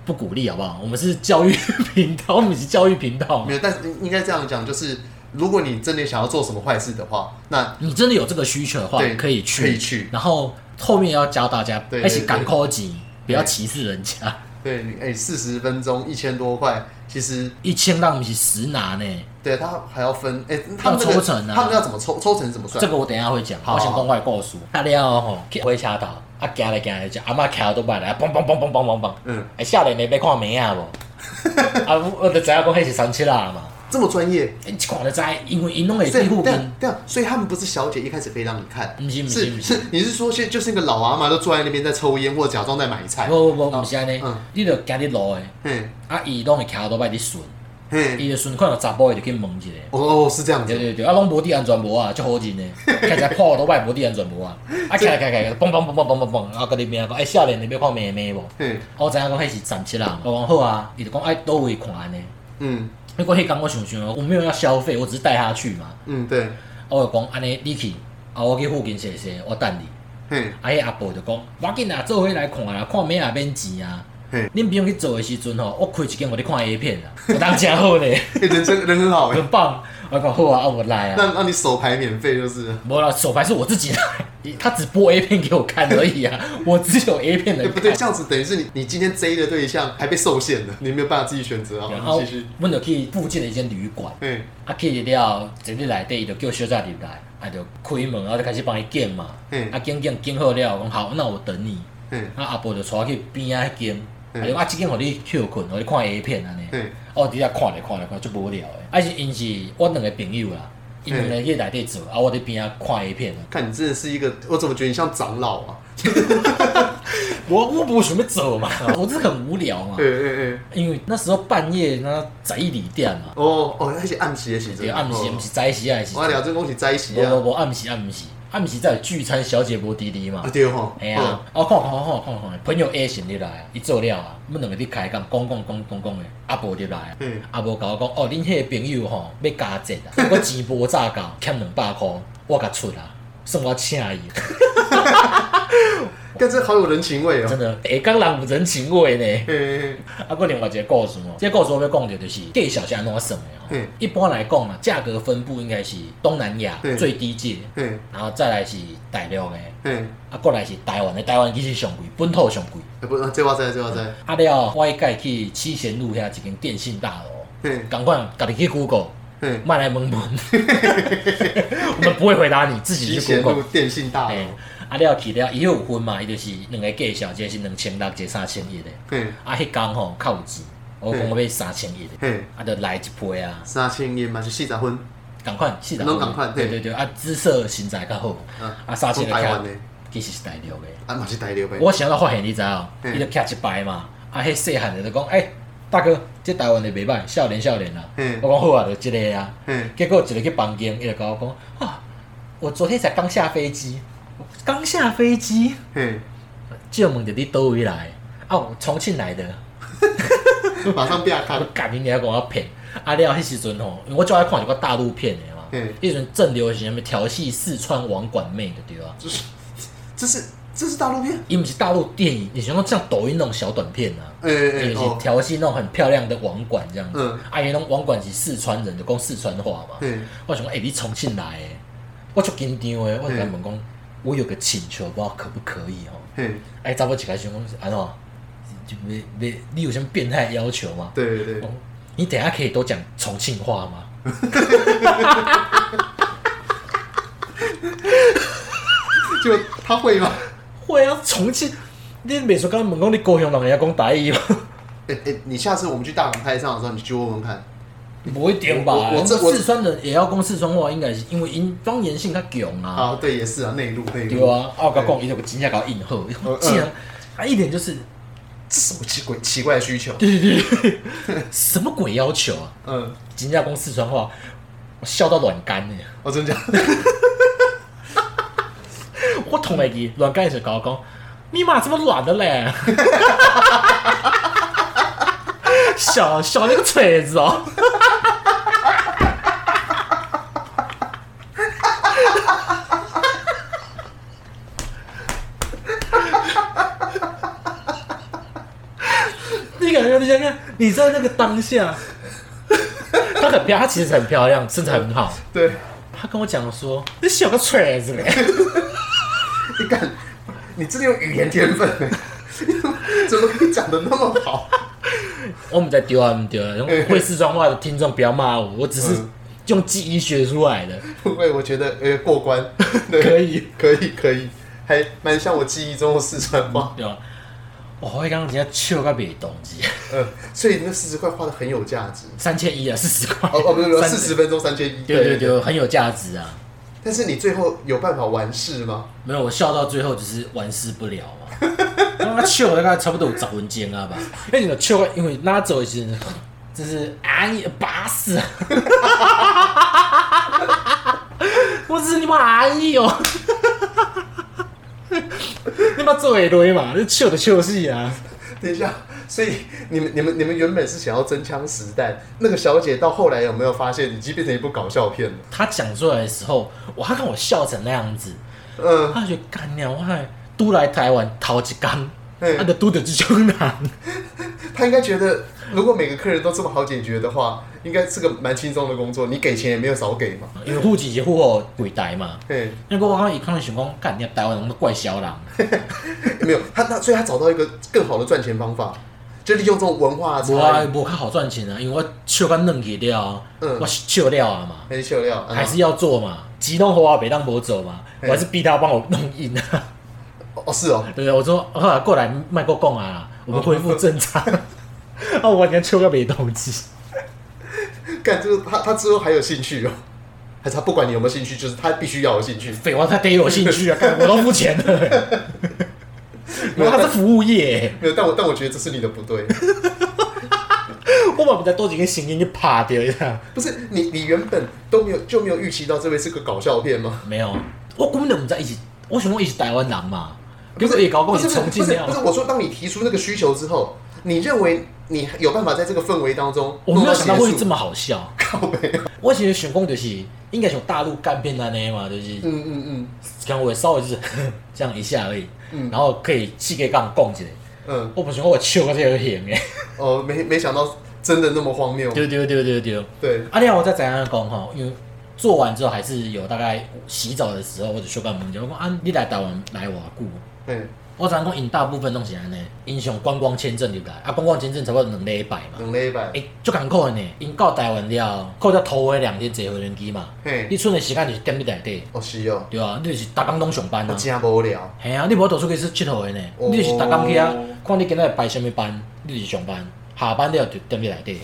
Speaker 2: 不鼓励好不好？我们是教育频道，我们是教育频 道
Speaker 1: 嗯，没。有，但是应该这样讲，就是如果你真的想要做什么坏事的话，那
Speaker 2: 你真的有这个需求的话
Speaker 1: 对，
Speaker 2: 可以去，
Speaker 1: 可以去
Speaker 2: 然后后面要教大家，
Speaker 1: 对
Speaker 2: 而且赶
Speaker 1: 对
Speaker 2: 扣紧，不要歧视人家。
Speaker 1: 对你哎，四十分钟一千多块，其实
Speaker 2: 一千让我们是实拿呢，
Speaker 1: 对他还要分，哎，他们那
Speaker 2: 要
Speaker 1: 个
Speaker 2: 抽成啊
Speaker 1: 他们要怎么抽？抽成怎么算
Speaker 2: 这？个我等一下会讲。
Speaker 1: 啊好
Speaker 2: 我先讲我的故事。啊了吼，去火车头，啊行来行来，就阿妈开都捌来，嘣嘣嘣嘣嘣嘣嘣，
Speaker 1: 嗯，
Speaker 2: 哎，少年的要看 名啊无？啊，我我就知影讲迄是三七啦嘛，
Speaker 1: 这么专业，
Speaker 2: 因一看就知，因为因拢会
Speaker 1: 所
Speaker 2: 对
Speaker 1: 以
Speaker 2: 付
Speaker 1: 对
Speaker 2: 兵
Speaker 1: 啊，对啊，所以他们不是小姐一开始非让你看，
Speaker 2: 不是不是
Speaker 1: 是
Speaker 2: 不是
Speaker 1: 是，你是说现就是那个老阿妈都坐在那边在抽烟或者假装在买菜，
Speaker 2: 无无无，毋是安尼
Speaker 1: 嗯，
Speaker 2: 你着行伫路的，
Speaker 1: 嘿，
Speaker 2: 啊伊拢会徛倒摆伫顺，
Speaker 1: 嘿，
Speaker 2: 伊就顺看到查某的就去问一下。
Speaker 1: 哦哦是这样
Speaker 2: 对
Speaker 1: 子，
Speaker 2: 对对，啊，拢无戴安全帽啊，足好认诶，看起来破都外无戴安全帽啊， 啊，起来起来起来，蹦蹦蹦蹦蹦蹦蹦，啊，搁你边啊讲，哎，少年你要看妹妹无？
Speaker 1: 嘿，
Speaker 2: 啊我知影讲迄是站七啦，
Speaker 1: 哦
Speaker 2: 我讲好啊，伊就讲哎，倒位看安尼。
Speaker 1: 嗯
Speaker 2: 结果迄工我想想，我没有要消费，我只是带他去嘛。
Speaker 1: 嗯对，
Speaker 2: 啊我就讲安尼，你去，啊，我去附近踅踅，我等你。
Speaker 1: 嘿
Speaker 2: 啊，迄阿婆就讲，无要紧啦，做伙来看啦，看妹也免钱啊。
Speaker 1: 嘿，
Speaker 2: 恁平常去做的时阵吼，我开一间互你看 A 片 啦，有当真好咧，
Speaker 1: 欸人真人很好哎，
Speaker 2: 很棒。我讲好啊，啊我来啊。
Speaker 1: 那那你手牌免费就是了，
Speaker 2: 没了，手牌是我自己的，他只播 A 片给我看而已啊，我只有 A 片
Speaker 1: 对
Speaker 2: 能
Speaker 1: 欸不对？
Speaker 2: 看。
Speaker 1: 这样子等于是你你今天 J 的对象还被受限了，你没有办法自己选择
Speaker 2: 然
Speaker 1: 啊，好
Speaker 2: 后
Speaker 1: 你继续，
Speaker 2: 我们就去附近的一间旅馆，
Speaker 1: 嘿，
Speaker 2: 啊去了，一日内底伊就叫小姐入来，啊就开门，然后就开始帮伊拣嘛
Speaker 1: 嗯，
Speaker 2: 啊拣拣拣好了，讲好，那我等你。
Speaker 1: 嘿
Speaker 2: 啊阿婆就带我去边仔迄间，
Speaker 1: 嗯
Speaker 2: 啊就啊即间互你休困，互你看 A 片安尼。
Speaker 1: 嘿，
Speaker 2: 哦，伫遐看咧看咧看，足无聊诶。啊是因是我两个朋友啦，因两个去内底做，啊我伫边仔看 A 片啊。
Speaker 1: 看你真的是一个，我怎么觉得你像长老啊？
Speaker 2: 我我无想要做嘛， 我是很无聊嘛。
Speaker 1: 嘿嘿嘿，
Speaker 2: 因为那时候半夜那十一二点嘛，
Speaker 1: 哦哦，那是暗时的时
Speaker 2: 对，
Speaker 1: 阵，
Speaker 2: 暗时
Speaker 1: 哦
Speaker 2: 毋是早时啊，是
Speaker 1: 我聊真恭喜在一起
Speaker 2: 无
Speaker 1: 啊，
Speaker 2: 无无暗时暗时暗时在聚餐小姐无滴滴嘛
Speaker 1: 啊，对吼，
Speaker 2: 哎呀，啊我看看看看看，朋友 A 先入来啊，伊做了啊，阮两个伫开讲，讲讲讲讲讲的，阿婆入来啊
Speaker 1: 嗯，
Speaker 2: 阿婆甲我讲，哦，恁迄个朋友吼要加节啊，我钱无早到，欠两百箍，我甲出啊，算我请伊，
Speaker 1: 嗯，但这好有人情味
Speaker 2: 真
Speaker 1: 哦，
Speaker 2: 的，下港人有人情味呢。
Speaker 1: 嘿嘿嘿
Speaker 2: 啊，搁另外一个故事哦，这个故事我要讲着就是计小是安怎算的哦。
Speaker 1: 嗯
Speaker 2: 一般来讲啊，价格分布应该是东南亚
Speaker 1: 嗯
Speaker 2: 最低阶，
Speaker 1: 嘿
Speaker 2: 然后再来是大陆的，
Speaker 1: 嘿，
Speaker 2: 啊，过来是台湾的，台湾其实上贵，本土上贵。
Speaker 1: 不，这我知，这我知，
Speaker 2: 啊了，我迄届去七贤路遐一间电信大楼，
Speaker 1: 嘿
Speaker 2: 赶快家己去 Google，
Speaker 1: 嘿，
Speaker 2: 卖来蒙问， 我们不会回答你，自己
Speaker 1: 集
Speaker 2: 去
Speaker 1: 贤路
Speaker 2: Google。
Speaker 1: 电信大
Speaker 2: 哎
Speaker 1: 楼，，
Speaker 2: 啊了去了，伊有分嘛，伊就是两个计小，一个是两千六，一个三千一的。
Speaker 1: 嘿
Speaker 2: 啊，迄工吼较有钱，我讲我要三千一的。
Speaker 1: 嘿，
Speaker 2: 啊，就来一批啊，
Speaker 1: 三千元嘛是四十分，
Speaker 2: 赶快，是的，
Speaker 1: 拢同款
Speaker 2: 对
Speaker 1: 嘿
Speaker 2: 对对，啊，姿色身材较好，
Speaker 1: 啊，
Speaker 2: 啊，三千
Speaker 1: 从
Speaker 2: 个
Speaker 1: 台湾的
Speaker 2: 徛，其实是大陆的。
Speaker 1: 啊嘛是大陆的，
Speaker 2: 我想到发现你知道，
Speaker 1: 嗯
Speaker 2: 伊就徛一排嘛，啊，迄细汉的就讲，哎，大哥，这台湾的袂歹，少年少年啊，
Speaker 1: 嗯
Speaker 2: 我讲好啊，就即个啊，
Speaker 1: 嘿
Speaker 2: 结果一个去房间，伊就甲我讲，啊，我昨天才刚下飞机，刚下飞机，
Speaker 1: 嘿，
Speaker 2: 借问着你倒位来，啊，我重庆来的。
Speaker 1: 马上变
Speaker 2: 我
Speaker 1: 看，
Speaker 2: 改名你还讲我骗，啊了，迄时阵吼，因为我就爱看一个大陆片的嘛
Speaker 1: 嗯，
Speaker 2: 迄时阵正流行什么调戏四川网管妹的对啊，
Speaker 1: 这是这是这是大陆片，
Speaker 2: 伊毋是大陆电影，你想讲像抖音那种小短片啊，
Speaker 1: 哎哎
Speaker 2: 伊就是
Speaker 1: 哦，
Speaker 2: 调戏那种很漂亮的网管这样子
Speaker 1: 嗯，
Speaker 2: 啊，伊那种网管是四川人，就讲四川话嘛，
Speaker 1: 嘿，
Speaker 2: 我想讲，欸诶，你重庆来的，我足紧张的，我就甲
Speaker 1: 嗯
Speaker 2: 问讲，我有个请求，不知道可不可以吼？
Speaker 1: 嘿，
Speaker 2: 哎，查某一开始想讲，安怎，就没没，你有什么变态要求吗？
Speaker 1: 对对对，
Speaker 2: 哦你等一下可以多讲重庆话吗？
Speaker 1: 就他会吗？
Speaker 2: 会啊，重庆，你美术刚问讲你高雄人会晓讲台语吗？
Speaker 1: 哎哎，你下次我们去大港拍上的时候，你去问问看，
Speaker 2: 不会点吧？
Speaker 1: 我我
Speaker 2: 我
Speaker 1: 这
Speaker 2: 这
Speaker 1: 我
Speaker 2: 四川人也要讲四川话，应该是因为因方言性较强啊，
Speaker 1: 啊，对，也是啊，内陆内
Speaker 2: 对
Speaker 1: 陆，
Speaker 2: 啊，啊我甲讲伊就真正甲我应好
Speaker 1: 嗯，
Speaker 2: 竟 然啊一点就是
Speaker 1: 这什么奇怪奇怪的需求？
Speaker 2: 什么鬼要求啊？
Speaker 1: 嗯，
Speaker 2: 真正讲四川话，我笑到软干呢。
Speaker 1: 我哦真讲，
Speaker 2: 我同袂记，乱讲伊就甲我讲，密码这么软的嘞？小小那个锤子哦。你感觉你想想，你在那个当下，她很漂亮，她其实很漂亮，身材很好。
Speaker 1: 对，
Speaker 2: 她跟我讲说：“你小个锤子嘞。”
Speaker 1: 你敢，你真的有语言天分呢， 怎么可以讲的那么好？
Speaker 2: 我们在丢啊，我们丢啊！用会四川话的听众不要骂我，我只是
Speaker 1: 嗯
Speaker 2: 用记忆学出来的。
Speaker 1: 不会，我觉得呃过 关，对，
Speaker 2: 可以，
Speaker 1: 可以，可以，还蛮像我记忆中的四川话。
Speaker 2: 对吧？哦我会刚刚人家笑到没动机，
Speaker 1: 呃，所以那四十块花的很有价值。
Speaker 2: 三千一啊，四十块，
Speaker 1: 哦哦，不是不是，
Speaker 2: 三
Speaker 1: 四十，分钟三千一。
Speaker 2: 对对对，很有价值啊。
Speaker 1: 但是你最后有办法完事吗？
Speaker 2: 没有，我笑到最后只是玩世不了嘛。 然后他笑大概差不多有十分钟啊吧，因为你的笑，因为拉走的时 候，就是啊你巴死 啊，我是你妈阿姨哦， 你妈做一堆嘛，你笑的笑死啊，
Speaker 1: 等一下， 所以你们你们你们原本是想要真枪实弹，那个小姐到后来有没有发现已经变成一部搞笑片了？
Speaker 2: 他讲出来的时候，哇，他看我笑成那样子，
Speaker 1: 嗯，
Speaker 2: 他就觉得干娘，我还都来台湾头一天，啊
Speaker 1: 嗯
Speaker 2: 他就拄着这种人。
Speaker 1: 她应该觉得如果每个客人都这么好解决的话，应该是个蛮轻松的工作，你给钱也没有少给嘛。
Speaker 2: 因为户籍是户口柜台嘛，
Speaker 1: 嘿，
Speaker 2: 那个我刚刚一看到想讲，干，你台湾人都怪小 人，
Speaker 1: 没有，她她所以她找到一个更好的赚钱方法，就利用这种文化
Speaker 2: 我啊
Speaker 1: 差异，
Speaker 2: 无较好赚钱啊，因为我笑到弄去了，
Speaker 1: 嗯
Speaker 2: 我笑了啊嘛，
Speaker 1: 很秀料，嗯
Speaker 2: 还是要做嘛，激动花北让我走嘛，
Speaker 1: 嗯
Speaker 2: 我还是逼他帮我弄硬啊，
Speaker 1: 哦是哦，
Speaker 2: 对不对？我说后来过来卖过供啊，我们恢复正 常，啊，我完全笑到没动机，
Speaker 1: 干这个她她之后还有兴趣哦，还是她不管你有没有兴趣，就是她必须要有兴趣。
Speaker 2: 废话，他得有兴趣啊， 干，我都付钱了、
Speaker 1: 没有
Speaker 2: 我他是服务业、
Speaker 1: 没有，但我但我觉得这是你的不对，
Speaker 2: 我嘛不知道多几个声音去拍掉一下。
Speaker 1: 不是你你原本都没有就没有预期到这位是个搞笑片吗？
Speaker 2: 没有，我根本就不知道他是，我想讲伊是台湾人嘛，
Speaker 1: 不
Speaker 2: 结
Speaker 1: 是
Speaker 2: 果伊搞
Speaker 1: 不
Speaker 2: 讲
Speaker 1: 是
Speaker 2: 是
Speaker 1: 不是
Speaker 2: 重庆啊
Speaker 1: 不是不是，
Speaker 2: 了。
Speaker 1: 我说当你提出那个需求之后，你认为你有办法在这个氛围当中
Speaker 2: 我没有想到会
Speaker 1: 弄
Speaker 2: 这
Speaker 1: 结束
Speaker 2: 么好笑，
Speaker 1: 靠背啊，
Speaker 2: 我其实想讲就是应该像大陆干片那样嘛，就是
Speaker 1: 嗯嗯嗯
Speaker 2: 看我稍微就是 这样一下而已，
Speaker 1: 嗯
Speaker 2: 然后可以气给杠供起来。
Speaker 1: 嗯，
Speaker 2: 我不想讲我笑到这个型 诶，
Speaker 1: 哦，没没想到真的那么荒谬，
Speaker 2: 对对对对对。
Speaker 1: 对，
Speaker 2: 啊，然后我再怎样讲吼，因为做完之后还是有大概洗澡的时候或者修改门就我讲啊，你来台湾来偌久？
Speaker 1: 嗯，
Speaker 2: 我知影讲因大部分拢是安尼，因上观光签证入来，啊，观光签证差不多两礼拜嘛。
Speaker 1: 两礼拜，
Speaker 2: 哎、足艰苦的呢。因到台湾了，靠才头尾两天坐飞机嘛，你
Speaker 1: 嘿，
Speaker 2: 剩的时间就是踮伫内底，
Speaker 1: 哦是哦，
Speaker 2: 对啊，你就是逐工拢上班
Speaker 1: 我
Speaker 2: 啊。
Speaker 1: 真无聊，
Speaker 2: 嘿啊，你无倒出去是佚佗的呢，
Speaker 1: 哦
Speaker 2: 你就是逐工去啊，看你今仔排什么班，你就是上班，下班了就踮伫内底，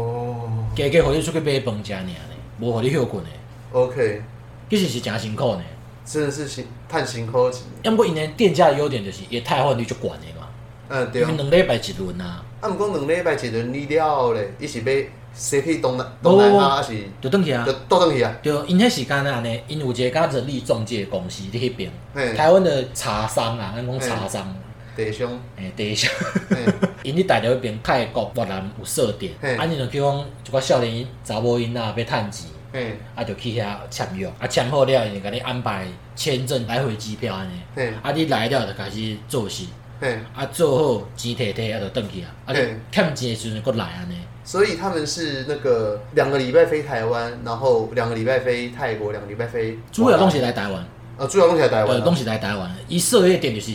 Speaker 1: 哦
Speaker 2: 加加互你出去买饭食尔呢，无互你休困的，
Speaker 1: ，OK，
Speaker 2: 其实是诚辛苦呢。啊
Speaker 1: 真的是辛探辛科技，
Speaker 2: 要不过因的店家的优点就是也汰换率就悬的嘛，
Speaker 1: 嗯对
Speaker 2: 因
Speaker 1: 啊
Speaker 2: 为，两礼拜一轮啊，
Speaker 1: 啊毋过两礼拜一轮你了咧，伊是要先去东南
Speaker 2: 不
Speaker 1: 东南
Speaker 2: 不不
Speaker 1: 亚还是？
Speaker 2: 就转去啊
Speaker 1: 就。倒转去啊，
Speaker 2: 就因迄时间啊呢，因有一个甲人力中介公司伫迄边，
Speaker 1: 嘿，
Speaker 2: 台湾的茶商啊，咱讲茶商，
Speaker 1: 弟兄，
Speaker 2: 诶，第一 下，
Speaker 1: 嘿，
Speaker 2: 因伫大陆迄边泰国、越南有设点，
Speaker 1: 嘿
Speaker 2: 啊，你就叫讲一个少年查某囡仔要趁钱，
Speaker 1: 嘿，
Speaker 2: 啊，就去遐签约，啊，签好了，因就甲你安排签证、来回机票安尼，
Speaker 1: 嘿，
Speaker 2: 啊，你来了就开始做事，
Speaker 1: 嘿，
Speaker 2: 啊，做好钱摕摕，啊，就转去啊，啊，就
Speaker 1: 嘿
Speaker 2: 欠钱的时阵搁来安尼，
Speaker 1: 所以他们是那个两个礼拜飞台湾，然后两个礼拜飞泰国，两个礼拜飞，
Speaker 2: 主要拢是来台湾，
Speaker 1: 呃，主要东西在台湾
Speaker 2: 对，拢
Speaker 1: 啊，
Speaker 2: 是来台湾，伊设的点就是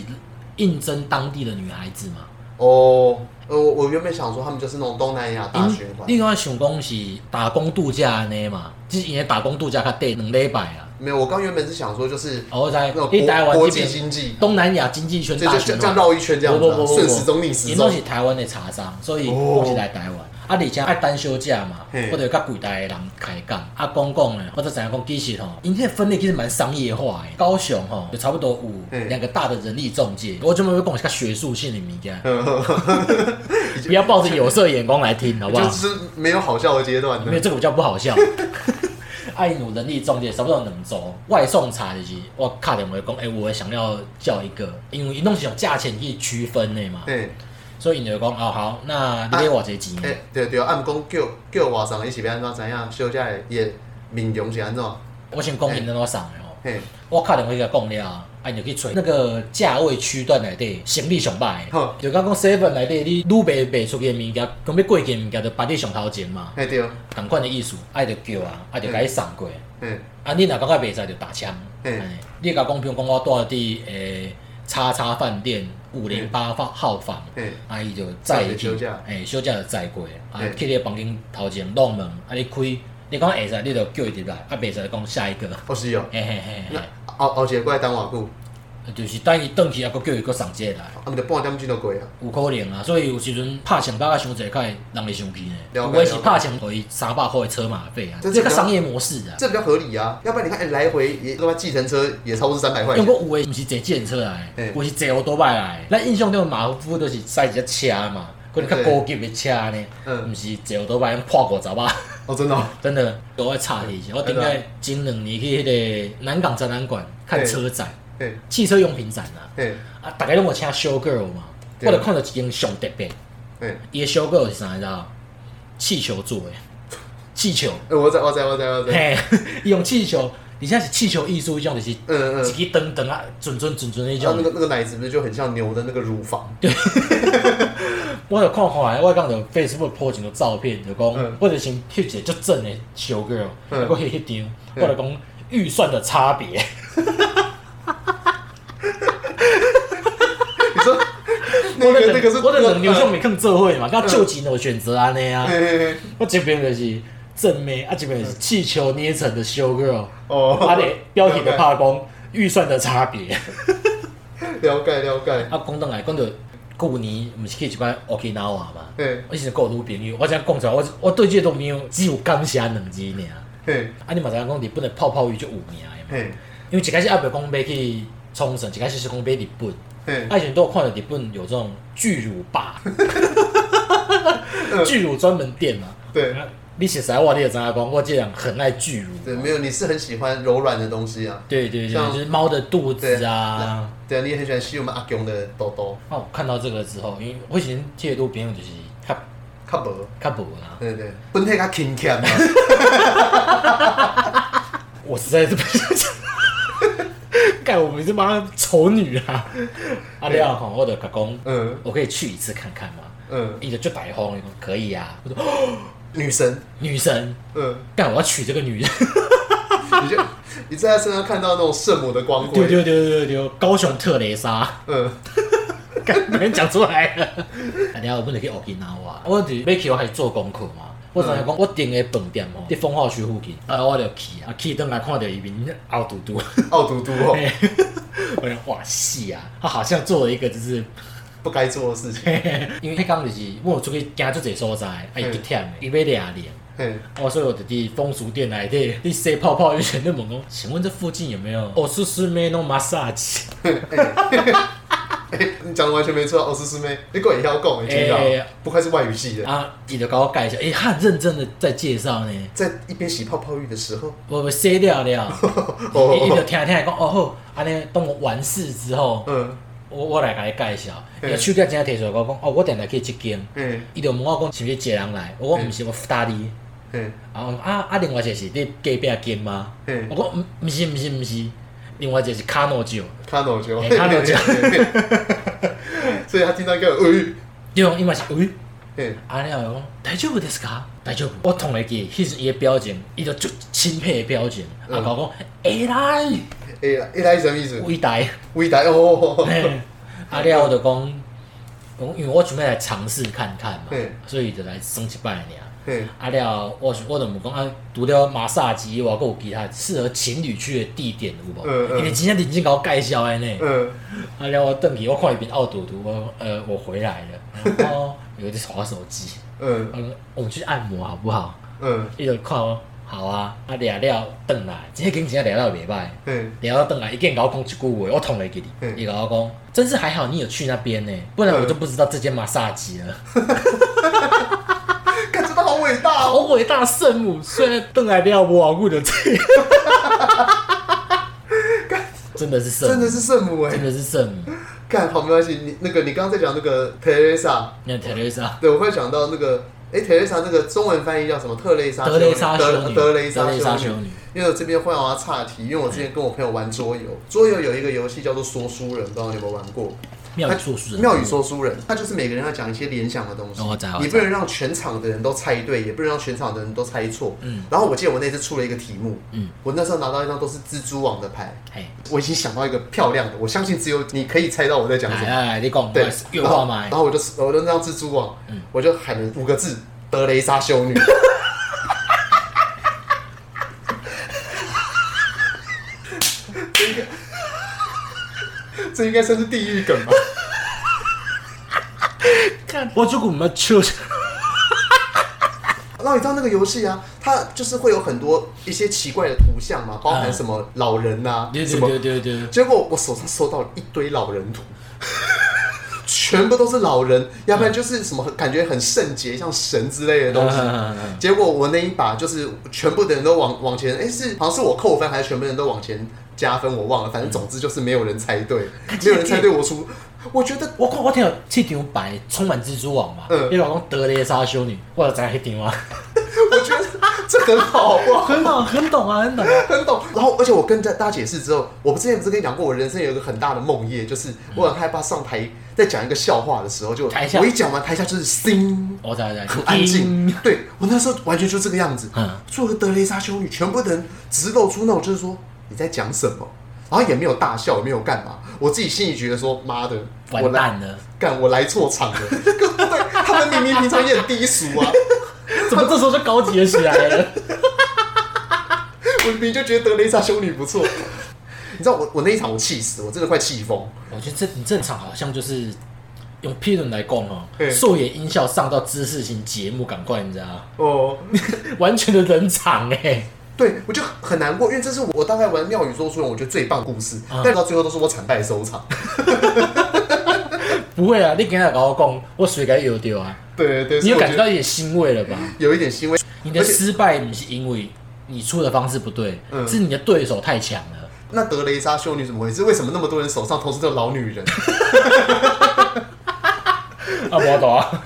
Speaker 2: 应征当地的女孩子嘛。
Speaker 1: 哦，呃，我我原本想说他们就是那种东南亚大循环，
Speaker 2: 另外想讲是打工度假安尼嘛，就是因为打工度假较短两礼拜啊。
Speaker 1: 没有，我刚原本是想说就是
Speaker 2: 哦我知
Speaker 1: 那种
Speaker 2: 你台
Speaker 1: 国
Speaker 2: 湾
Speaker 1: 国
Speaker 2: 这
Speaker 1: 际
Speaker 2: 边
Speaker 1: 经济，
Speaker 2: 东南亚经济圈
Speaker 1: 就
Speaker 2: 大
Speaker 1: 就
Speaker 2: 循
Speaker 1: 就这样
Speaker 2: 环，
Speaker 1: 绕一圈这样子
Speaker 2: 不不
Speaker 1: 啊，
Speaker 2: 不不
Speaker 1: 顺时钟逆时
Speaker 2: 因拢
Speaker 1: 钟
Speaker 2: 是，台湾的茶商，所以
Speaker 1: 哦
Speaker 2: 拢是来台湾。啊，而且爱单休假嘛
Speaker 1: 嘿，
Speaker 2: 我就甲柜台的人开讲。啊，讲讲诶，我才知影讲其实吼，因迄分类其实蛮商业化诶。高雄吼，就差不多有
Speaker 1: 嘿
Speaker 2: 两个大的人力中介。我专门要讲是较学术性的物件，
Speaker 1: 已经
Speaker 2: 不要抱着有色眼光来听，好不好
Speaker 1: 就？是没有好笑的阶段
Speaker 2: 因为
Speaker 1: 的，
Speaker 2: 这个比较不好笑。 爱奴人力中介差不多两周，外送茶就是我卡点回讲，哎、我想要叫一个，因为伊拢是用价钱去区分的嘛，
Speaker 1: 嘿，
Speaker 2: 所以伊就讲哦好，那你给我这钱，
Speaker 1: 诶、对对，按讲叫叫外送，伊是要安怎知影小姐的伊的面容是安怎？
Speaker 2: 我先讲因那多送的哦，
Speaker 1: 嘿，
Speaker 2: 我敲电话给他讲了，啊，你就去找那个价位区段内底行李上歹
Speaker 1: 好，
Speaker 2: 就讲讲 seven 内底你愈卖卖出去的物件，讲要过期的物件，就摆你上头前嘛，
Speaker 1: 嘿对，
Speaker 2: 同款的意思，啊，就叫啊，啊，就甲伊送过，
Speaker 1: 嘿，
Speaker 2: 啊，你若感觉袂使就打枪，
Speaker 1: 嗯
Speaker 2: 哎你甲讲，比如讲我住伫诶叉叉饭店五零八号号房。
Speaker 1: 嘿，
Speaker 2: 啊，伊就载
Speaker 1: 载去休假
Speaker 2: 哎、休假就载过，啊
Speaker 1: 嗯，
Speaker 2: 去你的房间头前弄门，啊，你开，你讲会使，你就叫伊入来，啊，袂使就讲下一个，
Speaker 1: 哦是哦，
Speaker 2: 嘿嘿嘿嘿
Speaker 1: 那。后后一个过来等偌久？
Speaker 2: 就是等伊转去，还佫叫伊佫送这个来，
Speaker 1: 啊，毋着半点钟就过啊。
Speaker 2: 有可能啊。所以有时阵拍钱拍啊伤济，较会人会生气呢。
Speaker 1: 了
Speaker 2: 有
Speaker 1: 解
Speaker 2: 诶是拍钱互伊三百块的车马费啊，
Speaker 1: 这
Speaker 2: 这
Speaker 1: 是
Speaker 2: 个商业模式啊。
Speaker 1: 这比较合理啊，要不然你看，哎来回也他妈计程车也超过三百块
Speaker 2: 因
Speaker 1: 钱
Speaker 2: 为，我有诶毋是坐计程车来
Speaker 1: 嘿，
Speaker 2: 有的是坐奥多拜来。咱印象中的马夫都是塞一只车嘛，可能较高级的车呢，
Speaker 1: 嗯
Speaker 2: 毋是坐奥多拜破五十啊。
Speaker 1: 哦真的哦，
Speaker 2: 真的，我要插你一下，我顶
Speaker 1: 对
Speaker 2: 摆前两年去迄个南港展览馆看车展，
Speaker 1: 嘿，
Speaker 2: 汽车用品展啊，
Speaker 1: 嘿，
Speaker 2: 啊，大家拢有请 show girl 嘛，
Speaker 1: 对
Speaker 2: 我就看到一间上特别。
Speaker 1: 嘿，
Speaker 2: 伊的小狗是啥你知道？气球做 的，气球，
Speaker 1: 哎我知我知我知我知，
Speaker 2: 嘿， 伊用气球，而且是气球艺术，种就是一
Speaker 1: 嗯嗯，啊
Speaker 2: 支灯灯啊，准准准准迄
Speaker 1: 那
Speaker 2: 种。
Speaker 1: 个那个奶子不是就很像牛的那个乳 房？
Speaker 2: 我就看看来，我讲就 Facebook po 一张照片，就讲、
Speaker 1: 嗯
Speaker 2: 我就先翕一个足正的小狗，
Speaker 1: 嗯
Speaker 2: 我翕迄张，
Speaker 1: 嗯
Speaker 2: 我就讲预算的差别，
Speaker 1: 你说那
Speaker 2: 我就
Speaker 1: 个
Speaker 2: 两
Speaker 1: 那个是
Speaker 2: 我就两牛
Speaker 1: 呃
Speaker 2: 向美更做会嘛，甲就近的选择安尼啊，
Speaker 1: 嘿嘿嘿，
Speaker 2: 我这边就是正妹，啊这边就是气球捏成的小狗，
Speaker 1: 嗯哦，嗯
Speaker 2: 啊咧标题就拍讲预算的差别。
Speaker 1: 了解了解，
Speaker 2: 啊，讲倒来，讲到旧年，毋是去一摆 Okinawa 嘛？
Speaker 1: 嘿
Speaker 2: 我是有女朋友，我才讲出来，我我对这都没有，只有感谢两字尔。
Speaker 1: 嘿
Speaker 2: 啊，你嘛知影讲日本的泡泡鱼就有名的嘛？
Speaker 1: 嘿
Speaker 2: 因为一开始阿伯讲要去冲绳，一开始是讲要日本，
Speaker 1: 嘿，
Speaker 2: 啊，以前都有看到日本有这种巨乳 吧，巨乳专门店嘛。
Speaker 1: 对
Speaker 2: 你实在话，你也知影讲，我这人很爱巨乳。
Speaker 1: 对，没有，你是很喜欢柔软的东西啊，
Speaker 2: 对对对，
Speaker 1: 像
Speaker 2: 就是猫的肚子啊。
Speaker 1: 对啊，你也很喜欢吸我们阿公的痘痘，
Speaker 2: 那我看到这个之后，因为我以前这些女朋友就是较
Speaker 1: 较无，
Speaker 2: 较无啦。
Speaker 1: 对对，本体较啊轻巧 嘛，
Speaker 2: 我实在是不想 干，我们是妈丑女啊！阿廖吼，我就甲讲，
Speaker 1: 嗯
Speaker 2: 我可以去一次看看嘛。
Speaker 1: 嗯，
Speaker 2: 伊就就打风，伊讲可以啊。我说
Speaker 1: 女神，
Speaker 2: 女神，
Speaker 1: 嗯。
Speaker 2: 干我要娶这个女人。
Speaker 1: 你就你在他身上看到那种圣母的光辉，
Speaker 2: 丢丢丢丢丢，高雄特雷莎，
Speaker 1: 嗯，
Speaker 2: 干没人讲出来啊了。阿廖，我不能去奥吉拿哇，我就要去我还做功课嘛。我知影讲，我订的饭店哦吼，伫风化区附近，啊，我就去啊，去等来看到伊面凹嘟嘟。
Speaker 1: 傲嘟嘟哦，
Speaker 2: 嘿 我讲哇死啊，他好像做了一个就是
Speaker 1: 不该做的事情。
Speaker 2: 因为迄工就是我有出去行足侪所在，啊伊去忝的，伊要掠掠，
Speaker 1: 嘿，
Speaker 2: 我哦所以我就伫风俗店内底，你洗泡泡浴泉咧问讲，嗯请问这附近有没有哦，是是妹弄 massage？
Speaker 1: 哎，你讲的完全没错，哦，思思妹，你过也要讲，你听
Speaker 2: 哎
Speaker 1: 到？不愧是外语系的，
Speaker 2: 啊，伊就甲我介绍，诶、他很认真的在介绍呢，
Speaker 1: 在一边洗泡泡浴的时候，
Speaker 2: 我我洗了 了，
Speaker 1: 哦
Speaker 2: 伊伊就听听讲，哦好，安尼当我完事之后，
Speaker 1: 嗯，
Speaker 2: 我我来甲你介绍，
Speaker 1: 嗯
Speaker 2: 伊就手机真摕出来跟我讲，哦我定来去即间，
Speaker 1: 嘿，
Speaker 2: 伊就问我讲是毋是一个人来，我讲
Speaker 1: 嗯
Speaker 2: 毋是，我搭你。
Speaker 1: 嘿，
Speaker 2: 啊啊啊！另外一个是你隔壁间吗
Speaker 1: 嗯？
Speaker 2: 我讲毋毋是毋是毋是，另外一个是卡诺酒，
Speaker 1: 看到就，
Speaker 2: 哎看到就
Speaker 1: 所以他听到一个，哎，
Speaker 2: 对，伊嘛是喂，
Speaker 1: 嘿，
Speaker 2: 啊了后讲大丈夫ですか？大丈夫，我同会记，迄是伊的表情，伊就足钦佩的表情，啊
Speaker 1: 嗯
Speaker 2: 甲我讲会来
Speaker 1: 哎呀，一来什么意思？
Speaker 2: 伟大，
Speaker 1: 微带哦，
Speaker 2: 嘿啊了我就讲，讲因为我准备来尝试看看嘛
Speaker 1: 嗯，
Speaker 2: 所以就来耍一摆尔。
Speaker 1: 嘿，
Speaker 2: 啊了，我我就问讲啊，除了马萨吉以外，我有其他适合情侣去的地点有无？
Speaker 1: 嗯嗯
Speaker 2: 因为真正认真甲我介绍的呢。
Speaker 1: 嗯，
Speaker 2: 啊，然后我邓皮，我看一遍奥赌毒，我呃，我回来了，然后哦有点划手机，
Speaker 1: 嗯，
Speaker 2: 嗯，我们去按摩好不好？
Speaker 1: 嗯，
Speaker 2: 伊就看我，好啊，啊聊聊邓来，今天跟今天聊到袂歹，
Speaker 1: 嘿，
Speaker 2: 聊到邓来，一见甲我讲一句话，我捅了给你，
Speaker 1: 嗯
Speaker 2: 伊甲我讲，真是还好你有去那边呢，不然我就不知道这间马萨吉了，
Speaker 1: 看真的好伟大
Speaker 2: 好
Speaker 1: 哦，
Speaker 2: 伟大圣母，虽然邓来了无偌久就这样， 真的是圣母，
Speaker 1: 真的是圣母哎、
Speaker 2: 真的是圣母。
Speaker 1: 干好没关系，你那个你刚刚在讲那个 Teresa，
Speaker 2: 你看 Teresa
Speaker 1: 对我会想到那个，哎、t e r e s a 那个中文翻译叫什么？特蕾莎
Speaker 2: 德
Speaker 1: 雷
Speaker 2: 雷莎修
Speaker 1: 德
Speaker 2: 女，
Speaker 1: 德雷莎
Speaker 2: 德雷莎
Speaker 1: 修
Speaker 2: 修
Speaker 1: 女。
Speaker 2: 女，
Speaker 1: 因为我这边会要岔题，因为我之前跟我朋友玩桌游，桌游有一个游戏叫做说书人，不知道你有没有玩过？
Speaker 2: 妙语啊说书人，
Speaker 1: 妙语说书人，他就是每个人要讲一些联想的东西
Speaker 2: 哦我知道我知道，
Speaker 1: 你不能让全场的人都猜对，也不能让全场的人都猜错。
Speaker 2: 嗯
Speaker 1: 然后我记得我那次出了一个题目，
Speaker 2: 嗯，
Speaker 1: 我那时候拿到一张都是蜘蛛网的牌，
Speaker 2: 嘿，
Speaker 1: 我已经想到一个漂亮的，我相信只有你可以猜到我在讲什
Speaker 2: 来
Speaker 1: 么。
Speaker 2: 来哎来，你讲，
Speaker 1: 对，
Speaker 2: 有
Speaker 1: 然后
Speaker 2: 话吗
Speaker 1: 然？后我就我就那张蜘蛛网，
Speaker 2: 嗯
Speaker 1: 我就喊了五个字：德雷莎修女。 这应该，这应该算是地狱梗吧？
Speaker 2: 我如果我们就
Speaker 1: 然后你知道那个游戏啊，它就是会有很多一些奇怪的图像嘛，包含什么老人呐、啊，
Speaker 2: 嗯对
Speaker 1: 什么
Speaker 2: 对对对对，
Speaker 1: 结果我手上收到了一堆老人图，全部都是老人，要不然就是什么很感觉很圣洁，像神之类的东西
Speaker 2: 嗯嗯嗯嗯。嗯
Speaker 1: 结果我那一把就是全部的人都往往前，哎、是好像是我扣分还是全部人都往前加分，我忘了。反正总之就是没有人猜对，没有人猜对我出。我觉得
Speaker 2: 我看我听到这张牌充满蜘蛛网嘛，
Speaker 1: 嗯
Speaker 2: 你老公德雷莎修女，我就知道那张啊，
Speaker 1: 我觉得这很好哇，
Speaker 2: 很懂很懂啊，很懂啊。
Speaker 1: 很懂。然后而且我跟大家解释之后，我之前不是跟你讲过，我人生有一个很大的梦魇，就是我很害怕上台在讲一个笑话的时候，就
Speaker 2: 台下
Speaker 1: 我一讲完台下就是 sing。
Speaker 2: 我知道知道，
Speaker 1: 很安静。对我那时候完全就这个样子，
Speaker 2: 嗯
Speaker 1: 做个德雷莎修女，全部的人直露出那种就是说你在讲什么，然后也没有大笑，也没有干嘛。我自己心里觉得说，妈的，我
Speaker 2: 完
Speaker 1: 来
Speaker 2: 蛋了，
Speaker 1: 干，我来错场了。 对，他们明明平常也很低俗啊，
Speaker 2: 怎么这时候就高级了起来了？
Speaker 1: 我明明就觉得德雷莎修女不错。你知道我我那一场我气死，我真的快气疯。
Speaker 2: 我觉得这你正常好像就是用批论来讲哦
Speaker 1: 嗯，
Speaker 2: 兽野音效上到知识型节目，赶快你知道吗，
Speaker 1: 哦，
Speaker 2: 完全的冷场哎、欸，
Speaker 1: 对我就很难过，因为这是我大概玩《妙语说书人》我觉得最棒的故事，
Speaker 2: 嗯
Speaker 1: 但到最后都是我惨败收场。
Speaker 2: 不会啊，你今天跟我讲，我谁该有丢啊？
Speaker 1: 对对对，
Speaker 2: 你
Speaker 1: 所以
Speaker 2: 有
Speaker 1: 我
Speaker 2: 感觉
Speaker 1: 觉
Speaker 2: 到
Speaker 1: 得
Speaker 2: 一点欣慰了吧？
Speaker 1: 有一点欣慰。
Speaker 2: 你的失败不是因为你出的方式不对，
Speaker 1: 嗯
Speaker 2: 是你的对手太强了。
Speaker 1: 那德雷莎修女怎么回事？为什么那么多人手上同时都有老女人？
Speaker 2: 啊，我懂啊，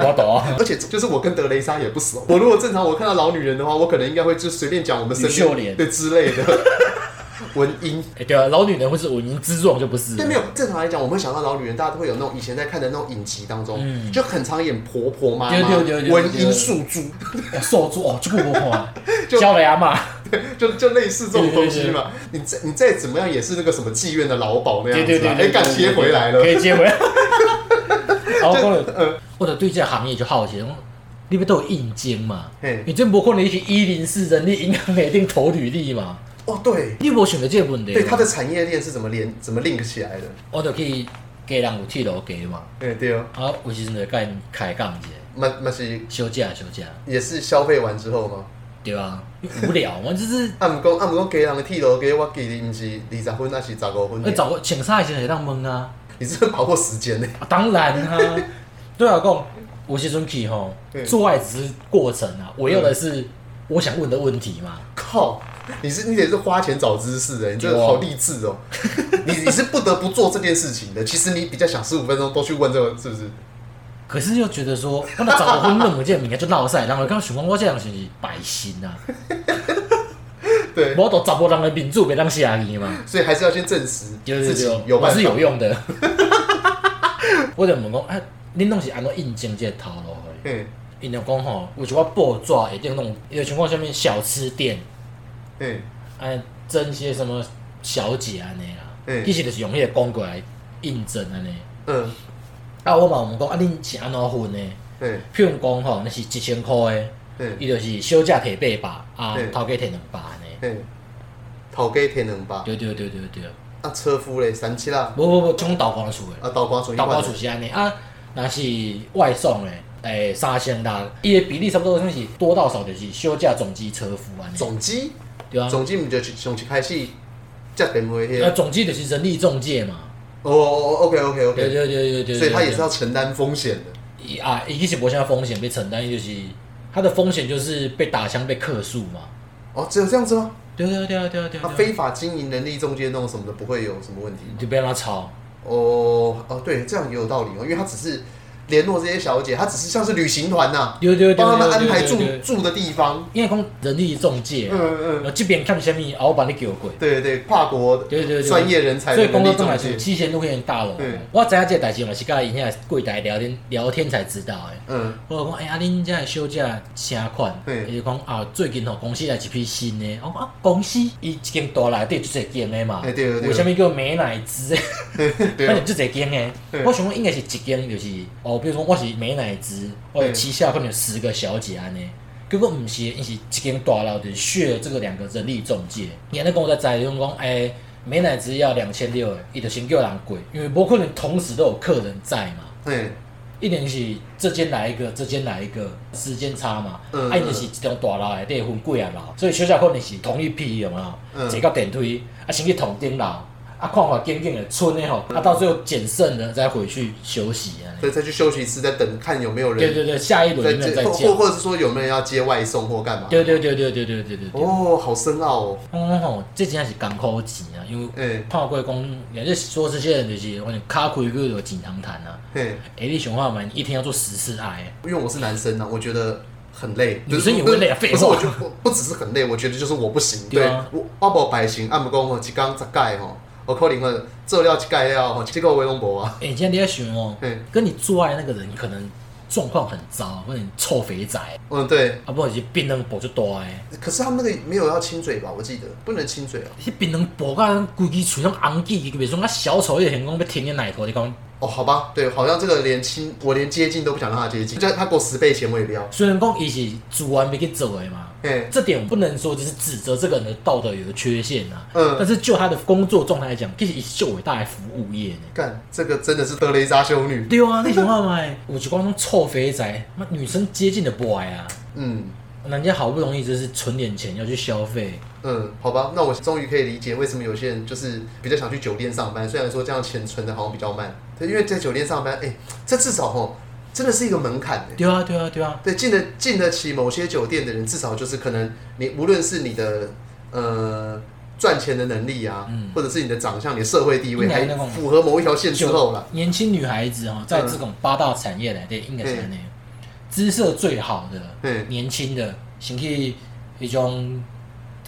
Speaker 2: 我懂啊。
Speaker 1: 而且就是我跟德雷莎也不熟。我如果正常我看到老女人的话，我可能应该会就随便讲我们身
Speaker 2: 吕秀
Speaker 1: 边
Speaker 2: 莲
Speaker 1: 对之类 的文英。
Speaker 2: 哎、对啊，老女人或是五音之状就不是了。
Speaker 1: 对，没有正常来讲，我们会想到老女人，大家都会有那种以前在看的那种影集当中，
Speaker 2: 嗯
Speaker 1: 就很常演婆婆妈妈、
Speaker 2: 对对对对对
Speaker 1: 文英诉诸，
Speaker 2: 哦受助哦，这个我看 啊，
Speaker 1: 就
Speaker 2: 教了阿妈，
Speaker 1: 就就类似这种东西嘛。你再你再怎么样也是那个什么妓院的老鸨那
Speaker 2: 对
Speaker 1: 样子
Speaker 2: 对对
Speaker 1: 嘛，
Speaker 2: 对，
Speaker 1: 哎，敢
Speaker 2: 对
Speaker 1: 接回来了
Speaker 2: 可。以接回 来。然后讲了
Speaker 1: 嗯，
Speaker 2: 或者对这个行业就好奇，哦你们都有应征嘛
Speaker 1: 嘿？
Speaker 2: 你真不可能去一零四人力银行内定投履历嘛？
Speaker 1: 哦，对
Speaker 2: 你无想到这个问题嘛，
Speaker 1: 对，它的产业链是怎么连怎么 link 起来的？
Speaker 2: 我就去给人有铁路给嘛，
Speaker 1: 哎，对哦，
Speaker 2: 啊，有时阵就甲因开讲一下，啊
Speaker 1: 那那是
Speaker 2: 休假休假，
Speaker 1: 也是消费完之后吗？
Speaker 2: 对啊，无聊嘛， 就是
Speaker 1: 啊，毋讲啊，毋讲，家人的剃头给我记得，毋是二十分，还是十五分
Speaker 2: 你
Speaker 1: 的？
Speaker 2: 找个请啥时阵会当问啊？
Speaker 1: 你真的把握时间呢？
Speaker 2: 啊，当然 啊，对啊，讲有时阵去吼
Speaker 1: 嗯，
Speaker 2: 做爱只是过程啊，我要的是我想问的问题嘛。
Speaker 1: 靠！你是你得是花钱找知识哎，你真的
Speaker 2: 对啊
Speaker 1: 好励志 哦！你你是不得不做这件事情的。其实你比较想十五分钟都去问这个，是不是？
Speaker 2: 可是又觉得说，我那找个婚论，我这名就闹晒，然后刚想讲我这样是不是百姓 啊，
Speaker 1: 对，
Speaker 2: 我都找不人的民主，别当下去嘛，
Speaker 1: 所以还是要先证实
Speaker 2: 对
Speaker 1: 自
Speaker 2: 对
Speaker 1: 己
Speaker 2: 对，
Speaker 1: 有
Speaker 2: 我
Speaker 1: 办法
Speaker 2: 是有。用的。 我就问讲，啊，恁拢是安怎印证这个头路的？
Speaker 1: 嗯
Speaker 2: 因就讲吼，有一寡报纸会定弄，有情况下面小吃店，
Speaker 1: 嗯，
Speaker 2: 哎，征一些什么小姐安尼啦
Speaker 1: 嗯，
Speaker 2: 其实就是用迄个广告来印证安尼。
Speaker 1: 嗯
Speaker 2: 啊，我嘛有问讲，啊，恁是安怎分的？
Speaker 1: 嗯
Speaker 2: 譬如讲吼，你是一千箍的，
Speaker 1: 嗯
Speaker 2: 伊就是小姐摕八百，啊
Speaker 1: 嗯，
Speaker 2: 头家摕两百安尼。
Speaker 1: 嗯，头家天两百，
Speaker 2: 对对对对对，
Speaker 1: 啊车夫嘞三七啦，
Speaker 2: 无无无，从倒光厝的，
Speaker 1: 啊倒瓜出一
Speaker 2: 倒光
Speaker 1: 万
Speaker 2: 厝是安尼啊，若是外送的。诶，三千啦，伊的比例差不多，算是多到少就是小姐总机车夫安尼，
Speaker 1: 总机
Speaker 2: 对啊，
Speaker 1: 总机毋就是从一开始接电话迄
Speaker 2: 啊，
Speaker 1: 个。
Speaker 2: 总机就是人力中介嘛，
Speaker 1: 哦哦，OK OK
Speaker 2: 对
Speaker 1: OK。
Speaker 2: 对对对对，
Speaker 1: 所以他也是要承担风险的。
Speaker 2: 伊啊，伊其实无啥风险要承担，伊就是它的风险就是被打枪、被克数嘛。
Speaker 1: 哦，只有这样子吗？
Speaker 2: 对啊对啊对啊对啊对啊
Speaker 1: 他
Speaker 2: 对啊，
Speaker 1: 非法经营人力中介那种什么的，不会有什么问题吗
Speaker 2: 你就被让他抄。
Speaker 1: 哦哦，对，这样也有道理哦，因为他只是联络这些小姐，他只是像是旅行团呐、
Speaker 2: 对对对
Speaker 1: 帮他们
Speaker 2: 对
Speaker 1: 安
Speaker 2: 对
Speaker 1: 排
Speaker 2: 对
Speaker 1: 住
Speaker 2: 对对
Speaker 1: 住的地方。
Speaker 2: 因为讲人力中介啊，
Speaker 1: 嗯嗯
Speaker 2: 呃，这边看什么，啊，我把你叫过。
Speaker 1: 对对对，跨国
Speaker 2: 对对对
Speaker 1: 专业人才
Speaker 2: 所
Speaker 1: 的
Speaker 2: 以工
Speaker 1: 能
Speaker 2: 作
Speaker 1: 力
Speaker 2: 中
Speaker 1: 中
Speaker 2: 来是
Speaker 1: 介。
Speaker 2: 七千多块钱大楼
Speaker 1: 对。
Speaker 2: 我知影这个代志嘛，是甲因遐柜台聊天聊天才知道的。
Speaker 1: 嗯，
Speaker 2: 我就讲，哎、啊，恁遮小姐啥款？
Speaker 1: 对
Speaker 2: 伊就讲啊，最近吼公司来一批新的。我讲啊，公司伊一间大内底就一间的嘛，
Speaker 1: 哎对对对
Speaker 2: 为什么叫美乃滋？
Speaker 1: 对
Speaker 2: 反正
Speaker 1: 啊，
Speaker 2: 就一间的
Speaker 1: 对。
Speaker 2: 我想讲应该是一间，就是哦，比如说我是美乃滋，我有
Speaker 1: 对
Speaker 2: 旗下可能有十个小姐安尼。结果毋是，伊是一间大楼，就是血这个两个人力中介。伊安尼跟我在知伊讲讲，哎、美乃滋要两千六的，伊就先叫人过，因为无可能同时都有客人在嘛。
Speaker 1: 对，
Speaker 2: 一定是这间来一个，这间来一个，时间差嘛。
Speaker 1: 嗯
Speaker 2: 啊，因就是一栋大楼内底分几啊楼，所以小小可能是同一批有没有？
Speaker 1: 嗯
Speaker 2: 坐到电梯，啊先去同顶楼，啊看看紧紧的村的吼，啊到最后捡剩的再回去休息啊。
Speaker 1: 所嗯以再去休息室，再等看有没有
Speaker 2: 对
Speaker 1: 人
Speaker 2: 对对，下一轮有没有
Speaker 1: 再哦
Speaker 2: 再
Speaker 1: 或
Speaker 2: 叫
Speaker 1: 或？或者是说有没有人要接外送或干嘛？
Speaker 2: 对对对对对对对对对。啊
Speaker 1: 哦，好深奥哦。
Speaker 2: 我讲吼，这真正是艰苦钱啊，因为
Speaker 1: 哎
Speaker 2: 看过讲，也就是说这些人就是反正卡开去就钱通谈啊。
Speaker 1: 嘿，
Speaker 2: 哎，你想看嘛，你一天要做十次爱，
Speaker 1: 因为我是男生啊，我觉得很累。
Speaker 2: 女生也会累啊
Speaker 1: 不是
Speaker 2: 废话
Speaker 1: 不是，我就不不只是很累，我觉得就是我不行。
Speaker 2: 对
Speaker 1: 对
Speaker 2: 啊，
Speaker 1: 我我无白行，啊按不讲吼，一工十盖吼，我可能会做了一盖了吼，结果我拢无啊。
Speaker 2: 哎，现在你要想哦。
Speaker 1: 嘿，
Speaker 2: 跟你做爱的那个人可能状况很糟，或者你臭肥仔，
Speaker 1: 嗯对，
Speaker 2: 啊，不然就是槟榔薄就多哎，
Speaker 1: 可是他们那个没有要亲嘴吧？我记得不能亲嘴啊。
Speaker 2: 迄槟榔薄甲规支喙拢红记，袂像啊小丑迄个讲要舔你奶头，你讲。
Speaker 1: 哦，好吧，对，好像这个连亲，我连接近都不想让他接近，就算他给我十倍钱我也不要。
Speaker 2: 虽然讲伊是主完没去做的嘛，
Speaker 1: 嘿，
Speaker 2: 这点我不能说就是指责这个人的道德有个缺陷啊。
Speaker 1: 嗯
Speaker 2: 但是就他的工作状态来讲，其实伊是伟大的服务业呢。
Speaker 1: 干，这个真的是德雷莎修女。
Speaker 2: 对啊，你想看嘛？有一光臭肥仔，那女生接近的不爱啊，
Speaker 1: 嗯
Speaker 2: 人家好不容易就是存点钱要去消费，
Speaker 1: 嗯，好吧，那我终于可以理解为什么有些人就是比较想去酒店上班，虽然说这样钱存的好像比较慢，对，因为在酒店上班，哎、这至少吼真的是一个门槛、欸。
Speaker 2: 对啊，对啊，对啊。
Speaker 1: 对，进得进得起某些酒店的人，至少就是可能你无论是你的呃赚钱的能力啊，
Speaker 2: 嗯
Speaker 1: 或者是你的长相、你的社会地位，
Speaker 2: 应该
Speaker 1: 还
Speaker 2: 那种
Speaker 1: 符合某一条线之后啦。
Speaker 2: 年轻女孩子哦，在这种八大产业内底，应该是安尼，姿色最好的、
Speaker 1: 嗯，
Speaker 2: 年轻的，先去迄种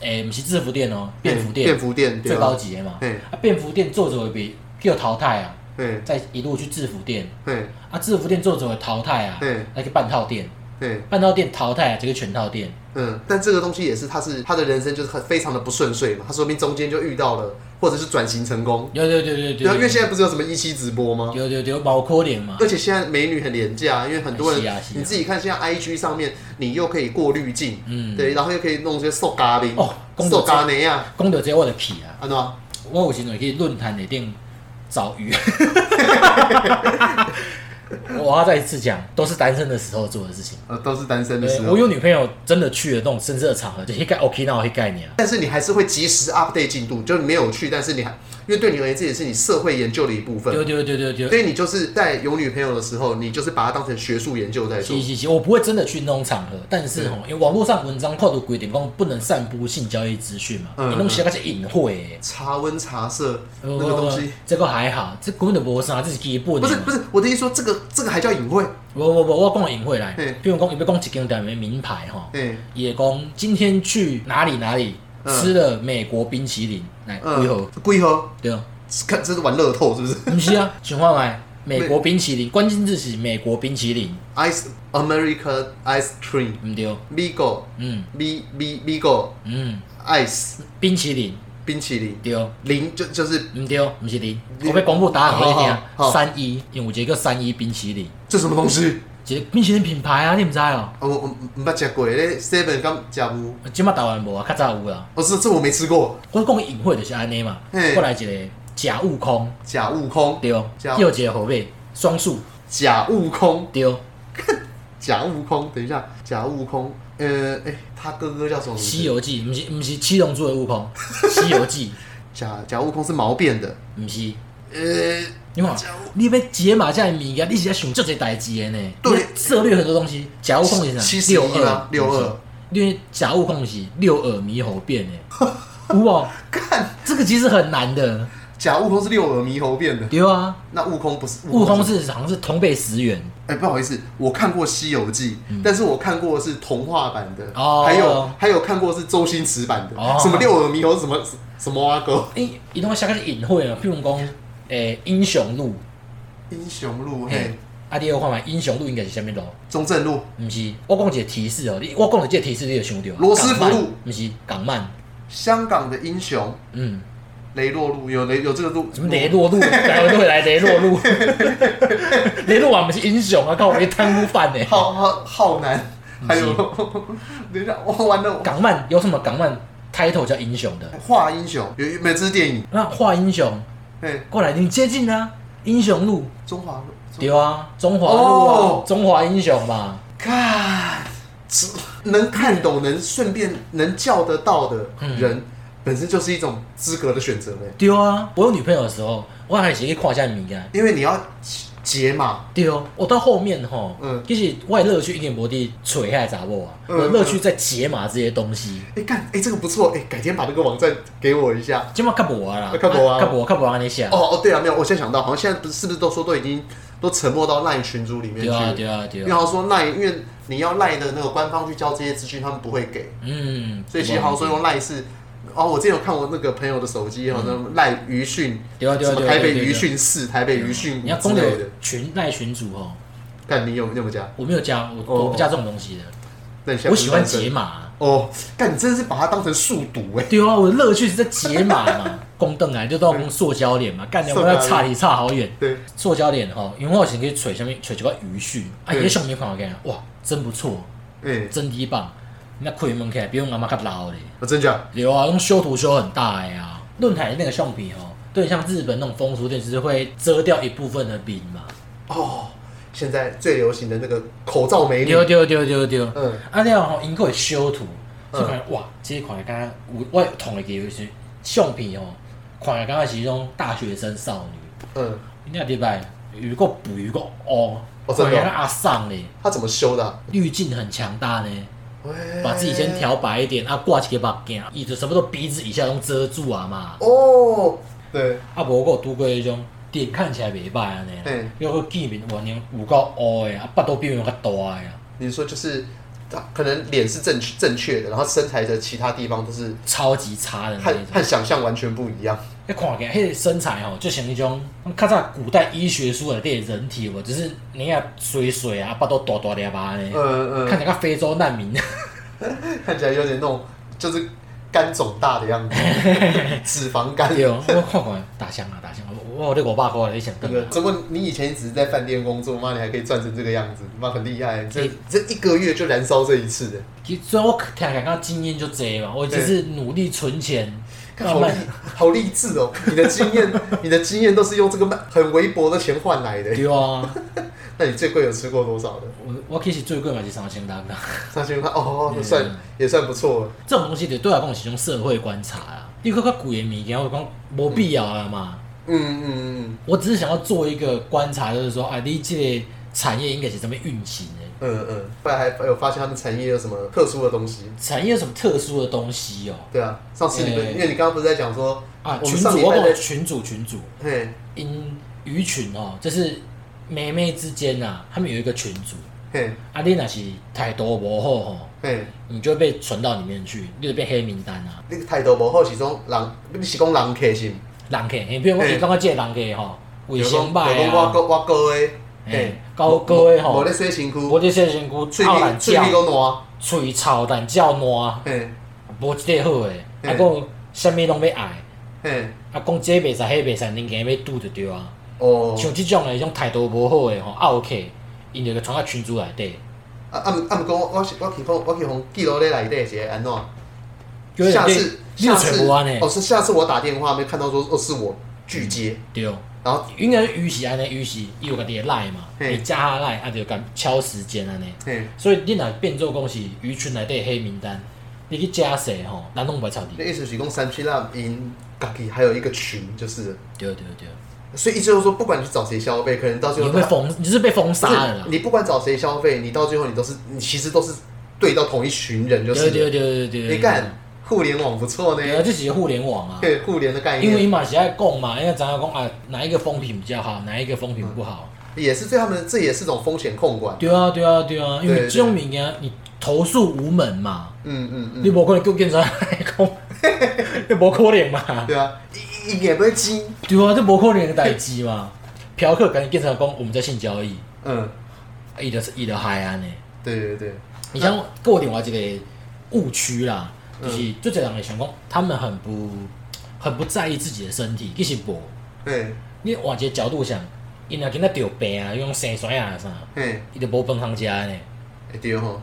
Speaker 2: 诶，毋、是制服店哦，便服
Speaker 1: 便
Speaker 2: 店
Speaker 1: 服店
Speaker 2: 最高，级的嘛。
Speaker 1: 对吧
Speaker 2: 啊，便服店做者会被叫淘汰啊，
Speaker 1: 嘿，
Speaker 2: 再一路去制服店，
Speaker 1: 嘿，
Speaker 2: 啊，制服店做者会淘汰啊
Speaker 1: 嗯，
Speaker 2: 再去半套店，
Speaker 1: 嘿，嘿，
Speaker 2: 半套店淘汰啊，这个全套店。
Speaker 1: 嗯，但这个东西也是，他是他的人生就是很非常的不顺遂嘛，他说不定中间就遇到了，或者是转型成功，
Speaker 2: 对对对对
Speaker 1: 对啊，因为现
Speaker 2: 对，
Speaker 1: 在不是有什么一期直播吗？
Speaker 2: 对对对，毛可怜嘛
Speaker 1: 而。且现在美女很廉价，因为很多人
Speaker 2: 是啊是啊
Speaker 1: 你自己看，现在 IG 上面你又可以过滤镜，
Speaker 2: 嗯，
Speaker 1: 对，然后又可以弄一些瘦咖喱
Speaker 2: 哦工作
Speaker 1: 瘦咖喱啊，
Speaker 2: 讲到这我就去啊，
Speaker 1: 安怎？
Speaker 2: 我有时阵去论坛里顶找鱼。 我要再一次讲，都是单身的时候做的事情。
Speaker 1: 呃，都是单身的时
Speaker 2: 对我
Speaker 1: 候，
Speaker 2: 有女朋友，真的去了那种深色场合，就一概 OK 那我一概你啊。
Speaker 1: 但是你还是会及时 update 进度，就是你没有去，但是你还，因为对你而言这也是你社会研究的一部分，
Speaker 2: 对对对对对，
Speaker 1: 所以你就是在有女朋友的时候，你就是把它当成学术研究在做
Speaker 2: 是。是是，我不会真的去那种场合，但是吼，因为网络上文章跨度规定讲不能散布性交易资讯嘛，
Speaker 1: 嗯
Speaker 2: 你弄写那些隐晦的。
Speaker 1: 茶温茶色
Speaker 2: 哦
Speaker 1: 那个东西，
Speaker 2: 这个还好，这根本就无啥，这是基本的
Speaker 1: 不
Speaker 2: 嘛。
Speaker 1: 是不是，我的意思说这个这个还叫隐晦，
Speaker 2: 不不不，我讲隐晦来
Speaker 1: 嗯，
Speaker 2: 比如讲，有要讲一间店的名牌吼，
Speaker 1: 哎，
Speaker 2: 也讲今天去哪里哪里
Speaker 1: 嗯
Speaker 2: 吃了美国冰淇淋，来几盒？
Speaker 1: 呃龟河，
Speaker 2: 对啊，
Speaker 1: 看这是玩乐透是不是
Speaker 2: 不 是啊，请换来美国冰淇淋，关键字是美国冰淇淋，
Speaker 1: ？Ice America Ice Cream
Speaker 2: 唔对，哦
Speaker 1: Vigo
Speaker 2: 嗯
Speaker 1: V V Vigo
Speaker 2: 嗯，
Speaker 1: Ice
Speaker 2: 冰淇淋
Speaker 1: 冰淇淋
Speaker 2: 对，唔
Speaker 1: 零就就是
Speaker 2: 对，哦唔是零，
Speaker 1: 你
Speaker 2: 我要公布答案给你听啊
Speaker 1: 好好好，
Speaker 2: 三一，因为有一个三一冰淇淋，
Speaker 1: 这什么东西？
Speaker 2: 一个冰淇淋品牌啊，你唔知哦？
Speaker 1: 啊我我没捌吃过咧，Seven 刚食无，
Speaker 2: 即马台湾无啊，较早有啦，
Speaker 1: 哦是这我没吃过，
Speaker 2: 我讲隐晦就是安尼嘛，
Speaker 1: 嗯
Speaker 2: 过来一个假悟空
Speaker 1: 假悟空
Speaker 2: 对，哦
Speaker 1: 假
Speaker 2: 又一个后背双数
Speaker 1: 假悟空
Speaker 2: 对，哦
Speaker 1: 假悟空，等一下假悟空，呃哎他哥哥叫什么
Speaker 2: 《
Speaker 1: 名字？
Speaker 2: 西游记》唔是唔是七 龙珠的悟空，《西游记
Speaker 1: 假假悟空是毛变的，》
Speaker 2: 唔是。
Speaker 1: 呃，
Speaker 2: 你看，你要解码这些物件，你是在想这些代志的呢？
Speaker 1: 对
Speaker 2: 你策略很多东西。甲物控是
Speaker 1: 七
Speaker 2: 啥？
Speaker 1: 十
Speaker 2: 六
Speaker 1: 一吗
Speaker 2: 二？
Speaker 1: 啊六二，
Speaker 2: 因为甲物控是六耳猕猴变的，有哦，
Speaker 1: 看
Speaker 2: 这个其实很难的，
Speaker 1: 假悟空是六耳猕猴变的，
Speaker 2: 对啊。
Speaker 1: 那悟空不是
Speaker 2: 悟空是好像是同辈十元，
Speaker 1: 哎、不好意思，我看过《西游记》但是我看过的是童话版的，
Speaker 2: 嗯哦
Speaker 1: 还有还有看过是周星驰版的，
Speaker 2: 哦
Speaker 1: 什么六耳猕猴，什么什么阿哥，
Speaker 2: 诶，伊拢写较隐晦啊，譬如讲，诶、英雄路，
Speaker 1: 英雄路，
Speaker 2: 嘿
Speaker 1: 嘿，，
Speaker 2: 啊，你有看嘛？英雄路应该是啥物路？
Speaker 1: 中正路，
Speaker 2: 毋是，我讲一个提示哦，你我讲的这个提示你就想到。
Speaker 1: 罗斯福路
Speaker 2: 港漫，毋是港漫，
Speaker 1: 香港的英雄
Speaker 2: 嗯，
Speaker 1: 雷洛路，有雷有这个路，
Speaker 2: 什么雷洛路，改回来雷洛 路，雷洛啊，毋是英雄啊，靠，我一贪污犯呢。
Speaker 1: 浩浩浩南，
Speaker 2: 嗯
Speaker 1: 还有，等一下，我完了，
Speaker 2: 港漫有什么港漫 title 叫英雄的？
Speaker 1: 画英雄有有每支电影，
Speaker 2: 那画英雄
Speaker 1: 嘿，
Speaker 2: 过来，你接近啊，英雄路，
Speaker 1: 中华路，中
Speaker 2: 对啊，中华路啊，
Speaker 1: 哦
Speaker 2: 中华英雄嘛。
Speaker 1: 看，只能看懂、能顺便能叫得到的
Speaker 2: 嗯
Speaker 1: 人，本身就是一种资格的选择嘞。
Speaker 2: 对啊，我有女朋友的时候，我还是去看一下物件。
Speaker 1: 因为你要解码，
Speaker 2: 对哦，我到后面吼，
Speaker 1: 嗯
Speaker 2: 其实我的乐趣一点无地锤下查某啊，
Speaker 1: 嗯
Speaker 2: 我的乐趣在解码这些东西。
Speaker 1: 哎、干，哎、这个不错，哎、改天把那个网站给我一下。
Speaker 2: 今嘛较无啊啦，
Speaker 1: 较无啊
Speaker 2: 较无较无安尼写。
Speaker 1: 哦哦，对啊，没有，我现在想到，好像现在不是是不是都说都已经都沉没到赖群组里面去
Speaker 2: 对
Speaker 1: 了？
Speaker 2: 啊对啊对
Speaker 1: 因为
Speaker 2: 啊，
Speaker 1: 好像说赖，因为你要赖的那个官方去交这些资讯，他们不会给，
Speaker 2: 嗯，
Speaker 1: 所以其实好像说用赖是。哦，我之前有看我那个朋友的手机，好像赖鱼讯，
Speaker 2: 对嗯啊对啊
Speaker 1: 什么
Speaker 2: 对啊
Speaker 1: 台北
Speaker 2: 对啊对啊
Speaker 1: 鱼讯四、台北鱼讯五
Speaker 2: 啊你要
Speaker 1: 之
Speaker 2: 公
Speaker 1: 类
Speaker 2: 有
Speaker 1: 的。
Speaker 2: 群赖群主吼，
Speaker 1: 干，你有你有没有加？
Speaker 2: 我没有加，我
Speaker 1: 哦
Speaker 2: 我不加这种东西的，
Speaker 1: 那你现在
Speaker 2: 我
Speaker 1: 不是
Speaker 2: 喜欢
Speaker 1: 单身
Speaker 2: 解码啊。
Speaker 1: 哦。干，你真的是把它当成数独哎。
Speaker 2: 对啊，我的乐趣是在解码嘛， 公凳啊，就到用塑胶脸嘛，干掉我要
Speaker 1: 塑胶
Speaker 2: 差
Speaker 1: 脸
Speaker 2: 你差好远。
Speaker 1: 对，
Speaker 2: 塑胶脸吼，因为我以前去揣啥物，揣一个鱼讯，啊，
Speaker 1: 嗯
Speaker 2: 伊上面看我讲，哇，真不错，
Speaker 1: 哎，
Speaker 2: 真低棒。那开门起来比阮阿妈较老咧，
Speaker 1: 我哦真假？
Speaker 2: 有啊，用修图修很大的呀、啊。论坛的那个橡皮吼，对，像日本那种风俗店，就是会遮掉一部分的饼嘛。
Speaker 1: 哦，现在最流行的那个口罩美女
Speaker 2: 丢，丢丢丢丢，
Speaker 1: 嗯，
Speaker 2: 啊了吼，因个会修图，
Speaker 1: 嗯
Speaker 2: 就看、哇，这一款刚刚有我同会记就是橡皮吼，哦看刚刚是那种大学生少女，
Speaker 1: 嗯，
Speaker 2: 你那礼拜有个肥有个乌，
Speaker 1: 哦真的哦
Speaker 2: 看起来像阿桑咧，
Speaker 1: 他怎么修的啊？
Speaker 2: 滤镜很强大呢。
Speaker 1: 喂
Speaker 2: 把自己先。调白一点，啊，挂一个目镜，伊就什么都鼻子以下拢遮住啊嘛。
Speaker 1: 哦，对，
Speaker 2: 啊，无我有拄过迄种脸看起来袂歹安尼
Speaker 1: 嘿
Speaker 2: 啦，要去见面，完全有够乌的啊，巴肚比人较大的啊，
Speaker 1: 你说就是他可能脸是正正确的，然后身材的其他地方都是
Speaker 2: 超级差的那
Speaker 1: 和
Speaker 2: 一种。
Speaker 1: 和想象完全不一样。
Speaker 2: 迄看起来，迄个身材吼，就像迄种较早古代医学书内底的人体有无，就是你啊水水啊，巴肚大大粒啊安尼，
Speaker 1: 嗯
Speaker 2: 看起来像非洲难 民。啊
Speaker 1: 嗯，看起来有点那种就是肝肿大的 样子，脂肪肝。
Speaker 2: 对，哦我看看打枪啊打枪，我我这五百块你想
Speaker 1: 那
Speaker 2: 干嘛
Speaker 1: 个？，如果你以前只是在饭店工作，妈你还可以赚成这个样子，妈很厉害。这这一个月就燃烧这一次的，
Speaker 2: 其实虽然我听起来刚经验就多嘛，我只是努力存钱，
Speaker 1: 看
Speaker 2: 慢
Speaker 1: 好励
Speaker 2: 慢
Speaker 1: 好励志哦！你的经验，你的经验都是用这个慢很微薄的钱换来的。
Speaker 2: 对啊。
Speaker 1: 那你最贵有吃过多少的？
Speaker 2: 我我其实最贵嘛是三千单啦，
Speaker 1: 三千块
Speaker 2: 嗯
Speaker 1: 哦，那算也算不错了。
Speaker 2: 这种东西对对我来讲是一种社会观察啦。你看较贵的物件，我讲无必要啊嘛。
Speaker 1: 嗯嗯嗯
Speaker 2: 我只是想要做一个观察，就是说，啊，你这个产业应该是怎么运行的？
Speaker 1: 嗯嗯，后来还有发现他们产业有什么特殊的东西？
Speaker 2: 产业有什么特殊的东西哦？
Speaker 1: 对啊，上次你们、
Speaker 2: 哎
Speaker 1: 因为你刚刚不是在讲说
Speaker 2: 啊，
Speaker 1: 我们
Speaker 2: 群
Speaker 1: 上
Speaker 2: 主
Speaker 1: 礼
Speaker 2: 我
Speaker 1: 拜
Speaker 2: 讲
Speaker 1: 在
Speaker 2: 群主群主，
Speaker 1: 嘿
Speaker 2: 因鱼群哦，就是妹妹之间啊，他们有一个群主，
Speaker 1: 嘿
Speaker 2: 啊，你若是态度无好吼、
Speaker 1: 嘿，
Speaker 2: 你就会被存到里面去，你就变黑名单啊。
Speaker 1: 那个态度不好是种人，你是讲人客是不是？
Speaker 2: 人客，你比如讲，伊感觉这个人客吼，卫
Speaker 1: 有
Speaker 2: 生
Speaker 1: 讲
Speaker 2: 歹
Speaker 1: 有讲我
Speaker 2: 啊，
Speaker 1: 高我高的，
Speaker 2: 嘿，高高的
Speaker 1: 我
Speaker 2: 吼
Speaker 1: 咧，洗身躯，
Speaker 2: 无你洗身躯，
Speaker 1: 嘴
Speaker 2: 臭
Speaker 1: 皮
Speaker 2: 懒
Speaker 1: 嘴
Speaker 2: 叫
Speaker 1: 皮，都烂，
Speaker 2: 喙臭懒叫烂，
Speaker 1: 嘿
Speaker 2: 无一个好诶，
Speaker 1: 嘿
Speaker 2: 啊，讲啥物拢要爱，
Speaker 1: 嘿，
Speaker 2: 啊，讲这袂使，迄袂使，恁硬要拄着对啊。
Speaker 1: 哦，
Speaker 2: 像即种诶，种态度无好诶吼，傲客，因就给传到群组内底，
Speaker 1: 啊啊毋啊毋讲，我是我去讲，我去互记录咧内底是会安怎？
Speaker 2: 叫伊
Speaker 1: 下
Speaker 2: 内底
Speaker 1: 次
Speaker 2: 你就
Speaker 1: 下
Speaker 2: 揣
Speaker 1: 次
Speaker 2: 无安尼
Speaker 1: 哦，，是下次我打电话没看到说哦是我拒接，
Speaker 2: 对。
Speaker 1: 然后
Speaker 2: 应该是鱼是安尼，鱼是伊有家己诶赖嘛，
Speaker 1: 嘿
Speaker 2: 伊加下赖，啊就甲敲时间安尼。
Speaker 1: 嘿，
Speaker 2: 所以你若变做讲是鱼群内底的黑名单，你去加势吼，咱拢袂操你。
Speaker 1: 那意思是讲三七浪因家己还有一个群就是了，
Speaker 2: 对对对，
Speaker 1: 所以意思就是说，不管你去找谁消费，可能到最
Speaker 2: 你
Speaker 1: 后
Speaker 2: 会封，你就是被封杀了啦
Speaker 1: 不是。你不管找谁消费，你到最后你都是你其实都是对到同一群人，就
Speaker 2: 对对
Speaker 1: 是
Speaker 2: 对对对对，
Speaker 1: 你干互联网不错
Speaker 2: 对啊，
Speaker 1: 呢，
Speaker 2: 这是互联网啊。
Speaker 1: 对互联的概
Speaker 2: 因为
Speaker 1: 念
Speaker 2: 伊嘛是爱讲嘛，因为咱要讲啊，哪一个风评比较好，哪一个风评不好。
Speaker 1: 也是对他们这也是种风险控管。
Speaker 2: 对啊，对啊，对啊，因
Speaker 1: 对
Speaker 2: 为
Speaker 1: 对
Speaker 2: 这种物件你投诉无门嘛，
Speaker 1: 嗯嗯
Speaker 2: 你
Speaker 1: 嗯，
Speaker 2: 无可能叫警察来讲， 你无可能嘛。
Speaker 1: 对啊，一一也不会精，
Speaker 2: 对啊，这无可能的代志嘛。嫖客跟警察讲我们在性交易，
Speaker 1: 嗯，
Speaker 2: 啊伊就是伊就害安尼。
Speaker 1: 对对对，
Speaker 2: 你像
Speaker 1: 嗯
Speaker 2: 我另外一个误区啦，就是就这两个想讲，他们很不很不在意自己的身体，其实无。
Speaker 1: 嘿
Speaker 2: 你换一个角度想，因若今仔得病啊，用生栓啊啥，
Speaker 1: 嘿，
Speaker 2: 伊就无饭通食呢。
Speaker 1: 哎对吼。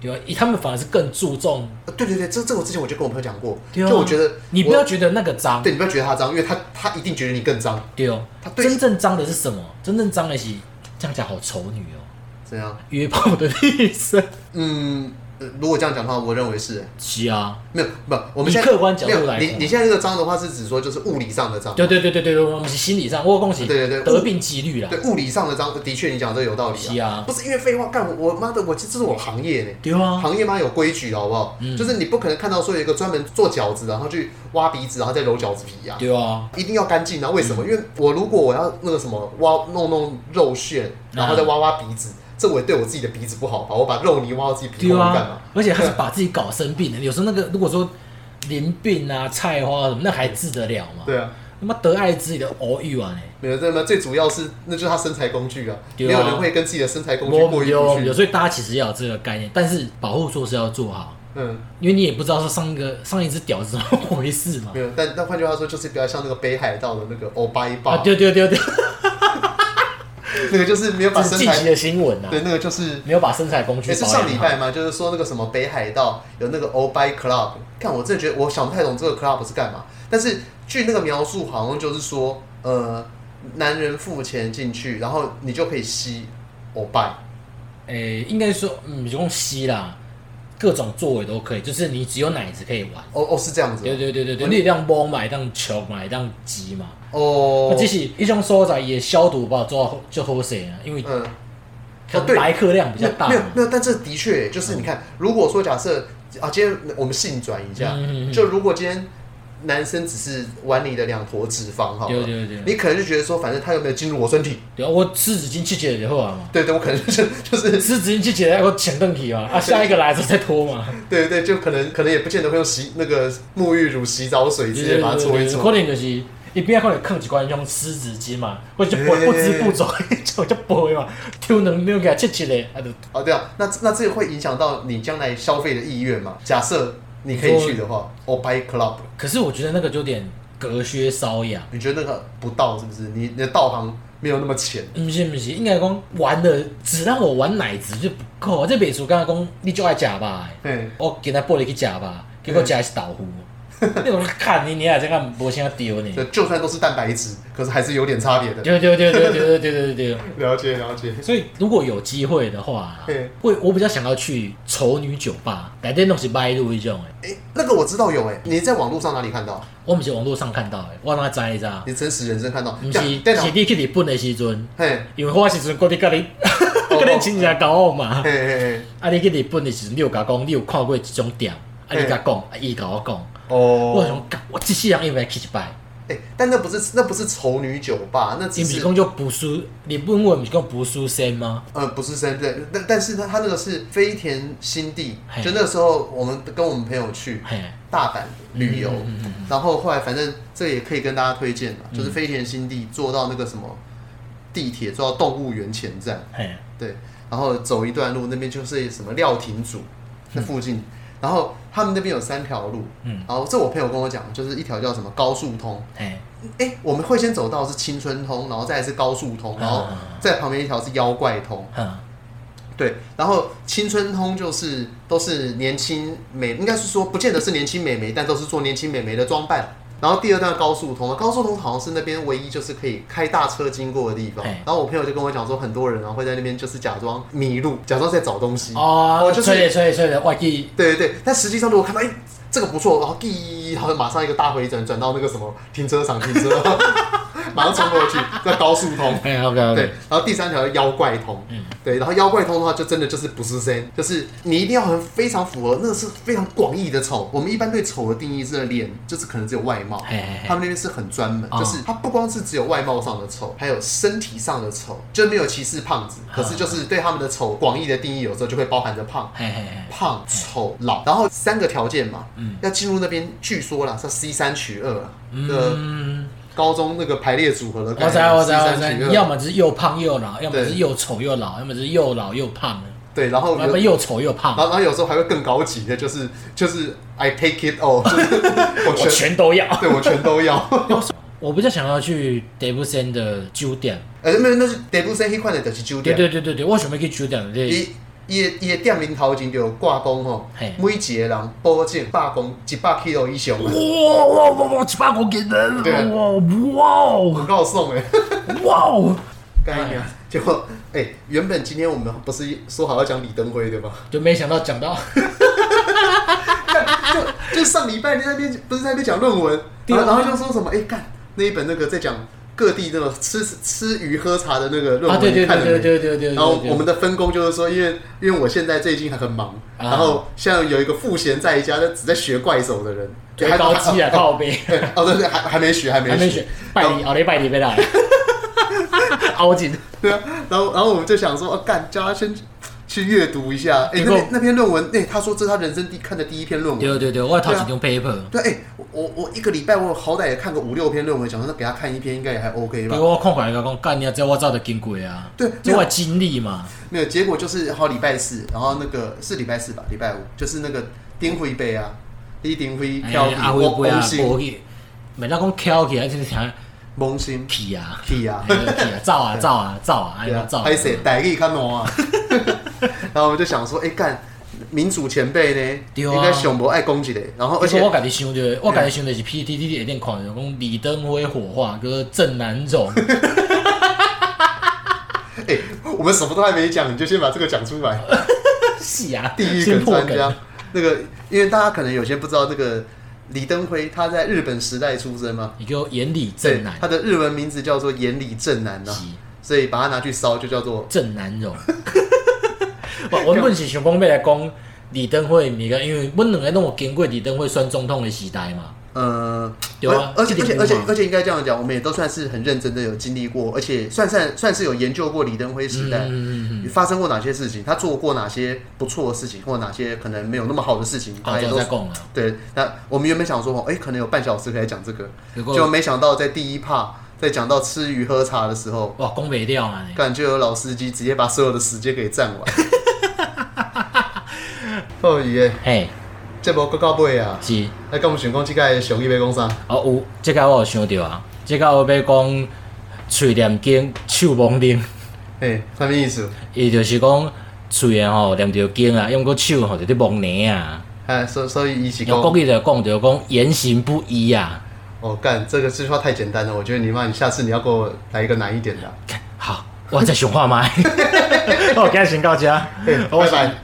Speaker 2: 对啊，他们反而是更注重。
Speaker 1: 呃对对对，这这我之前我就跟我朋友讲过，
Speaker 2: 对啊
Speaker 1: 就我觉得
Speaker 2: 你不
Speaker 1: 我
Speaker 2: 要觉得那个脏，
Speaker 1: 对，你不要觉得他脏，因为他他一定觉得你更脏。
Speaker 2: 对哦
Speaker 1: 他，对
Speaker 2: 真正脏的是什么？真正脏的是这样讲好丑女哦，
Speaker 1: 怎样？
Speaker 2: 约炮的历史。
Speaker 1: 嗯，呃如果这样讲的话，我认为是欸
Speaker 2: 是啊，
Speaker 1: 没有不，我们现在
Speaker 2: 以客观角度
Speaker 1: 没有
Speaker 2: 来
Speaker 1: 你
Speaker 2: 看
Speaker 1: 你现在这个脏的话是指说就是物理上的脏，
Speaker 2: 对对对对对，我们是心理上，我恭喜
Speaker 1: 对对对
Speaker 2: 得病几率啦
Speaker 1: 对，物理上的脏，的确你讲这个有道理
Speaker 2: 是啊
Speaker 1: 不是因为废话，干我我妈的，我这这是我行业呢。
Speaker 2: 对啊，嗯
Speaker 1: 行业嘛有规矩的好不好？就是你不可能看到说有一个专门做饺子，然后去挖鼻子，然后再揉饺子皮呀、
Speaker 2: 对啊，
Speaker 1: 一定要干净啊！为什么？因为我如果我要那个什么挖弄弄肉屑，然后再挖挖鼻子，这我也对我自己的鼻子不好吧？我把肉泥挖到自己鼻
Speaker 2: 对
Speaker 1: 孔里干嘛
Speaker 2: 啊？，而且还是把自己搞生病的。有时候那个如果说淋病啊、菜花什么，那还治得了吗？
Speaker 1: 对啊，
Speaker 2: 他妈得艾滋的偶遇啊呢，
Speaker 1: 没有那么最主要是那就是他身材工具啊，没
Speaker 2: 对啊
Speaker 1: 有人会跟自己的身材工具过意
Speaker 2: 有
Speaker 1: 不
Speaker 2: 有，
Speaker 1: 去。
Speaker 2: 所以大家其实要有这个概念，但是保护措施要做好，
Speaker 1: 嗯，
Speaker 2: 因为你也不知道说上一个上一只屌是怎么回事嘛
Speaker 1: 没。有，但但换句话说，就是比较像那个北海道的那个欧巴一
Speaker 2: 啊，
Speaker 1: 巴，
Speaker 2: 对对对对，
Speaker 1: 那个就是没有把
Speaker 2: 这是
Speaker 1: 身
Speaker 2: 近期
Speaker 1: 材，
Speaker 2: 的新闻啊，
Speaker 1: 对，那个就是
Speaker 2: 没有把身材工具
Speaker 1: 也
Speaker 2: 保
Speaker 1: 是
Speaker 2: 养好。
Speaker 1: 上礼拜嘛，就是说那个什么北海道有那个 All By Club，看我真的觉得我想不太懂这个 club 是干嘛，但是据那个描述好像就是说，呃，男人付钱进去，然后你就可以吸 All By，
Speaker 2: 诶、应该说，嗯，不用吸啦，各种作为都可以，就是你只有奶子可以玩。
Speaker 1: 哦哦是这样子
Speaker 2: 对
Speaker 1: 哦，
Speaker 2: 对对对对，你当摸嘛，当球嘛，当击嘛，
Speaker 1: 哦
Speaker 2: 啊，只是一种所在也消毒吧，做好就好些啊，因为
Speaker 1: 嗯，
Speaker 2: 可
Speaker 1: 哦
Speaker 2: 能
Speaker 1: 对
Speaker 2: 来客量比
Speaker 1: 没
Speaker 2: 较
Speaker 1: 有
Speaker 2: 大
Speaker 1: 没有
Speaker 2: 嘛。嗯
Speaker 1: 没有，但这的确就是你看，如果说假设啊，今天我们性转一下，
Speaker 2: 嗯嗯嗯
Speaker 1: 就如果今天男生只是玩你的两坨脂肪好
Speaker 2: 对
Speaker 1: 了，
Speaker 2: 对对对，
Speaker 1: 你可能就觉得说，反正他有没有进入我身体，
Speaker 2: 对啊，我湿纸巾去解就好啊嘛，
Speaker 1: 对对，我可能就就是
Speaker 2: 湿纸巾去解，我前凳去嘛，啊，下一个来的时候再脱嘛。
Speaker 1: 对对，就可能可能也不见得会用洗那个沐浴乳、洗澡水直接把它搓一
Speaker 2: 可
Speaker 1: 搓。
Speaker 2: 能就是一边可能放一罐用湿纸巾嘛，或者就不不知不觉就就背嘛，抽两两个切切嘞，啊就
Speaker 1: 哦，对啊，那那这个会影响到你将来消费的意愿嘛？假设你可以去的话，Oh Buy Club，
Speaker 2: 可是我觉得那个就有点隔靴搔痒，
Speaker 1: 你觉得那个不到是不是？你你的道行没有那么浅，
Speaker 2: 不是不是，应该讲玩的只让我玩奶子就不够，这美术刚刚讲你就爱食吧，哦
Speaker 1: 嗯，
Speaker 2: 我给他剥了去食吧，结果食的是豆腐。
Speaker 1: 嗯
Speaker 2: 那种看你，你也这个无啥丢 呢？
Speaker 1: 就就算都是蛋白质，可是还是有点差别的。
Speaker 2: 对对对对对对对对对。
Speaker 1: 了解了解，
Speaker 2: 所以如果有机会的话啦
Speaker 1: 嗯，
Speaker 2: 会我比较想要去丑女酒吧，来电东是歪路一种诶，
Speaker 1: 哎，那个我知道有哎，你在网络上哪里看到？
Speaker 2: 我们是网络上看到诶，我哪知一下，
Speaker 1: 你真实人生看到？
Speaker 2: 不
Speaker 1: 这
Speaker 2: 是
Speaker 1: 样对
Speaker 2: 是
Speaker 1: 啊，
Speaker 2: 你去日本的时阵，
Speaker 1: 嘿
Speaker 2: 因为我的时阵过你甲你
Speaker 1: 哦
Speaker 2: 甲你亲戚交往嘛，
Speaker 1: 嘿嘿嘿，
Speaker 2: 啊你去日本的时阵，你有甲讲你有看过这种店，啊你甲讲，啊伊甲我讲，我
Speaker 1: 哦，
Speaker 2: 想干我这世人应该去一摆，
Speaker 1: 哎，但那不是那不是丑女酒吧，那只
Speaker 2: 因不
Speaker 1: 是
Speaker 2: 是讲叫不输，日本话不是讲不输身吗？
Speaker 1: 呃，不是深圳，但但是呢，它那个是飞田新地，
Speaker 2: 嘿
Speaker 1: 就那时候我们跟我们朋友去
Speaker 2: 嘿，
Speaker 1: 大阪旅游，
Speaker 2: 嗯嗯嗯
Speaker 1: 然后后来反正这也可以跟大家推荐了，就是飞田新地坐到那个什么地铁，坐到动物园前站，
Speaker 2: 嘿，
Speaker 1: 对，然后走一段路，那边就是什么料亭组那附近，然后他们那边有三条路，
Speaker 2: 嗯，
Speaker 1: 然后这我朋友跟我讲，就是一条叫什么高速通，
Speaker 2: 嘿，
Speaker 1: 哎，我们会先走到是青春通，然后再来是高速通，然后
Speaker 2: 啊
Speaker 1: 在旁边一条是妖怪通。
Speaker 2: 哼，
Speaker 1: 对，然后青春通就是都是年轻美，应该是说不见得是年轻美眉，但都是做年轻美眉的装扮。然后第二段高速通，高速通好像是那边唯一就是可以开大车经过的地方。
Speaker 2: 嘿
Speaker 1: 然后我朋友就跟我讲说，很多人啊会在那边就是假装迷路，假装在找东西。
Speaker 2: 哦
Speaker 1: 哦，就是
Speaker 2: 吹咧吹咧吹咧，我去。
Speaker 1: 对对对，但实际上如果看到哎、这个不错，然后第一，好像马上一个大回转转到那个什么停车场停车，马上冲过去，叫高速通。
Speaker 2: 哎，OK OK，
Speaker 1: 对，然后第三条是妖怪通，
Speaker 2: 嗯
Speaker 1: 对，然后妖怪通的话，就真的就是不是声，就是你一定要很非常符合，那是非常广义的丑。我们一般对丑的定义是脸，就是可能只有外貌，
Speaker 2: 嘿嘿嘿
Speaker 1: 他们那边是很专门，
Speaker 2: 哦
Speaker 1: 就是他不光是只有外貌上的丑，还有身体上的丑，就没有歧视胖子，可是就是对他们的丑广义的定义，有时候就会包含着胖。
Speaker 2: 嘿嘿嘿，
Speaker 1: 胖、丑、老，然后三个条件嘛，
Speaker 2: 嗯
Speaker 1: 要进入那边，据说啦，是 C 三取二啊，呃，
Speaker 2: 嗯，
Speaker 1: 高中那个排列组合的概念，
Speaker 2: 我知道我知道我
Speaker 1: C
Speaker 2: 知道，
Speaker 1: 三取二
Speaker 2: 你要么就是又胖又老，要么就是
Speaker 1: 对
Speaker 2: 又丑又老，要么就是又老又胖，
Speaker 1: 对，然后
Speaker 2: 要么
Speaker 1: 有
Speaker 2: 又丑又
Speaker 1: 然
Speaker 2: 胖，
Speaker 1: 后然后有时候还会更高级的，就是就是 I take it all，就是 我
Speaker 2: 我
Speaker 1: 全
Speaker 2: 全都要。
Speaker 1: 对我全都 要。
Speaker 2: 我比较想要去 d a v i d s o n 的酒店，
Speaker 1: 呃，没有，那是 d e b u s 迄款的，就是酒
Speaker 2: 对
Speaker 1: 店。
Speaker 2: 对对对对，我想要去酒店这
Speaker 1: 伊伊的伊的店面头前就有挂讲吼
Speaker 2: 嘿，
Speaker 1: 每一个人保证百公一百 k g 以上，啊
Speaker 2: 哇哇哇哇，七八公斤人
Speaker 1: 对啊
Speaker 2: 哇哇
Speaker 1: 我告送 诶，
Speaker 2: 哇！
Speaker 1: 干呀！结果哎、原本今天我们不是说好要讲李登辉对 吧？
Speaker 2: 就没想到讲到
Speaker 1: 就上礼拜在那边不是在那边讲论文，
Speaker 2: 对
Speaker 1: 然
Speaker 2: 啊
Speaker 1: 后然后就说什么哎干、那一本那个在讲各地那个吃吃鱼喝茶的那个论文，
Speaker 2: 啊，对对
Speaker 1: 你看
Speaker 2: 对
Speaker 1: 了没
Speaker 2: 对对对对，
Speaker 1: 然后我们的分工就是说，因为因为我现在最近很忙，
Speaker 2: 啊
Speaker 1: 然后像有一个赋闲在家，但只在学怪手的人，
Speaker 2: 最高级
Speaker 1: 还
Speaker 2: 啊，靠背，
Speaker 1: 对 哦对对，还还没学，还没
Speaker 2: 还没选，拜你，奥利拜你别来，凹进，
Speaker 1: 对啊，然后然后我们就想说，哦，干，叫他先去阅读一下，哎，
Speaker 2: 结
Speaker 1: 那
Speaker 2: 果
Speaker 1: 篇那篇论文，哎，他说这是他人生第看的第一篇论文，
Speaker 2: 对对对，我头一张 paper，
Speaker 1: 对，哎，我我我一个礼拜我好歹也看个五六篇论文，想说那给他看一篇应该也还 OK 吧
Speaker 2: 结，果我看过来个讲，干你啊，这我早就经过啊，
Speaker 1: 对
Speaker 2: 这我的经历嘛，
Speaker 1: 没有，结果就是好礼拜四，然后那个是礼拜四吧，礼拜五就是那个丁辉杯啊，李丁辉
Speaker 2: 哎
Speaker 1: 飘
Speaker 2: 阿辉
Speaker 1: 我
Speaker 2: 杯啊，无
Speaker 1: 心
Speaker 2: 去，每当讲翘起来就是听
Speaker 1: 蒙心
Speaker 2: 屁 啊，
Speaker 1: 屁啊
Speaker 2: 哎，屁啊，走啊走啊走啊，哎
Speaker 1: 对啊
Speaker 2: 呀走啊，
Speaker 1: 拍谁歹力看侬 啊，然后我们就想说，哎干，民主前辈呢，
Speaker 2: 对啊
Speaker 1: 应该熊博爱攻击的，然后而
Speaker 2: 而且
Speaker 1: 且
Speaker 2: 啊我家己想着，我家己想着是 PTT 一定看着讲李登辉火化，个郑南榕，
Speaker 1: 哎，我们什么都还没讲，你就先把这个讲出来，
Speaker 2: 是啊，
Speaker 1: 地狱
Speaker 2: 先
Speaker 1: 梗
Speaker 2: 破
Speaker 1: 专家，那个因为大家可能有些不知道那个李登辉他在日本时代出生嘛，
Speaker 2: 一个眼里
Speaker 1: 对
Speaker 2: 正南，，
Speaker 1: 他的日文名字叫做岩里正男呐
Speaker 2: 是。
Speaker 1: 所以把它拿去烧，就叫做
Speaker 2: 郑南榕。 我原本是想讲要来讲李登辉物件，因为阮两个拢有经过李登辉选总统的时代嘛。
Speaker 1: 呃，
Speaker 2: 对啊
Speaker 1: 而而且
Speaker 2: 这
Speaker 1: 而且
Speaker 2: 点
Speaker 1: 而且
Speaker 2: 不嘛
Speaker 1: 而且应该这样讲，我们也都算是很认真的有经历过，而且算算算是有研究过李登辉时代、
Speaker 2: 嗯嗯嗯嗯，
Speaker 1: 发生过哪些事情，他做过哪些不错的事情，或哪些可能没有那么好的事情，
Speaker 2: 好，
Speaker 1: 他也
Speaker 2: 就
Speaker 1: 都
Speaker 2: 再讲啊。
Speaker 1: 对。那我们原本想说，哎、可能有半小时可以讲这个，
Speaker 2: 结
Speaker 1: 就
Speaker 2: 果
Speaker 1: 没想到在第一趴在讲到吃鱼喝茶的时候，
Speaker 2: 哇，讲袂了啊！
Speaker 1: 感觉有老司机直接把所有的时间给占 完。哦耶，
Speaker 2: 嘿，
Speaker 1: 这波够到尾啊！
Speaker 2: 是
Speaker 1: 那跟我们想讲这个上一要讲啥？
Speaker 2: 哦，有即个我有想到啊，即个我要讲喙念经，手摸灵。
Speaker 1: 嘿，啥哎物意思？
Speaker 2: 伊就是讲喙的吼念着经啊，用个手吼就咧摸泥啊。
Speaker 1: 哎，所所以伊是
Speaker 2: 用
Speaker 1: 讲
Speaker 2: 国，语就讲着讲言行不一啊。
Speaker 1: 哦，干这个这句话太简单了，我觉得你妈，你下次你要给我来一个难一点的啊。
Speaker 2: 好，我再想看麦。我今日先到这，
Speaker 1: 哎嘿拜拜。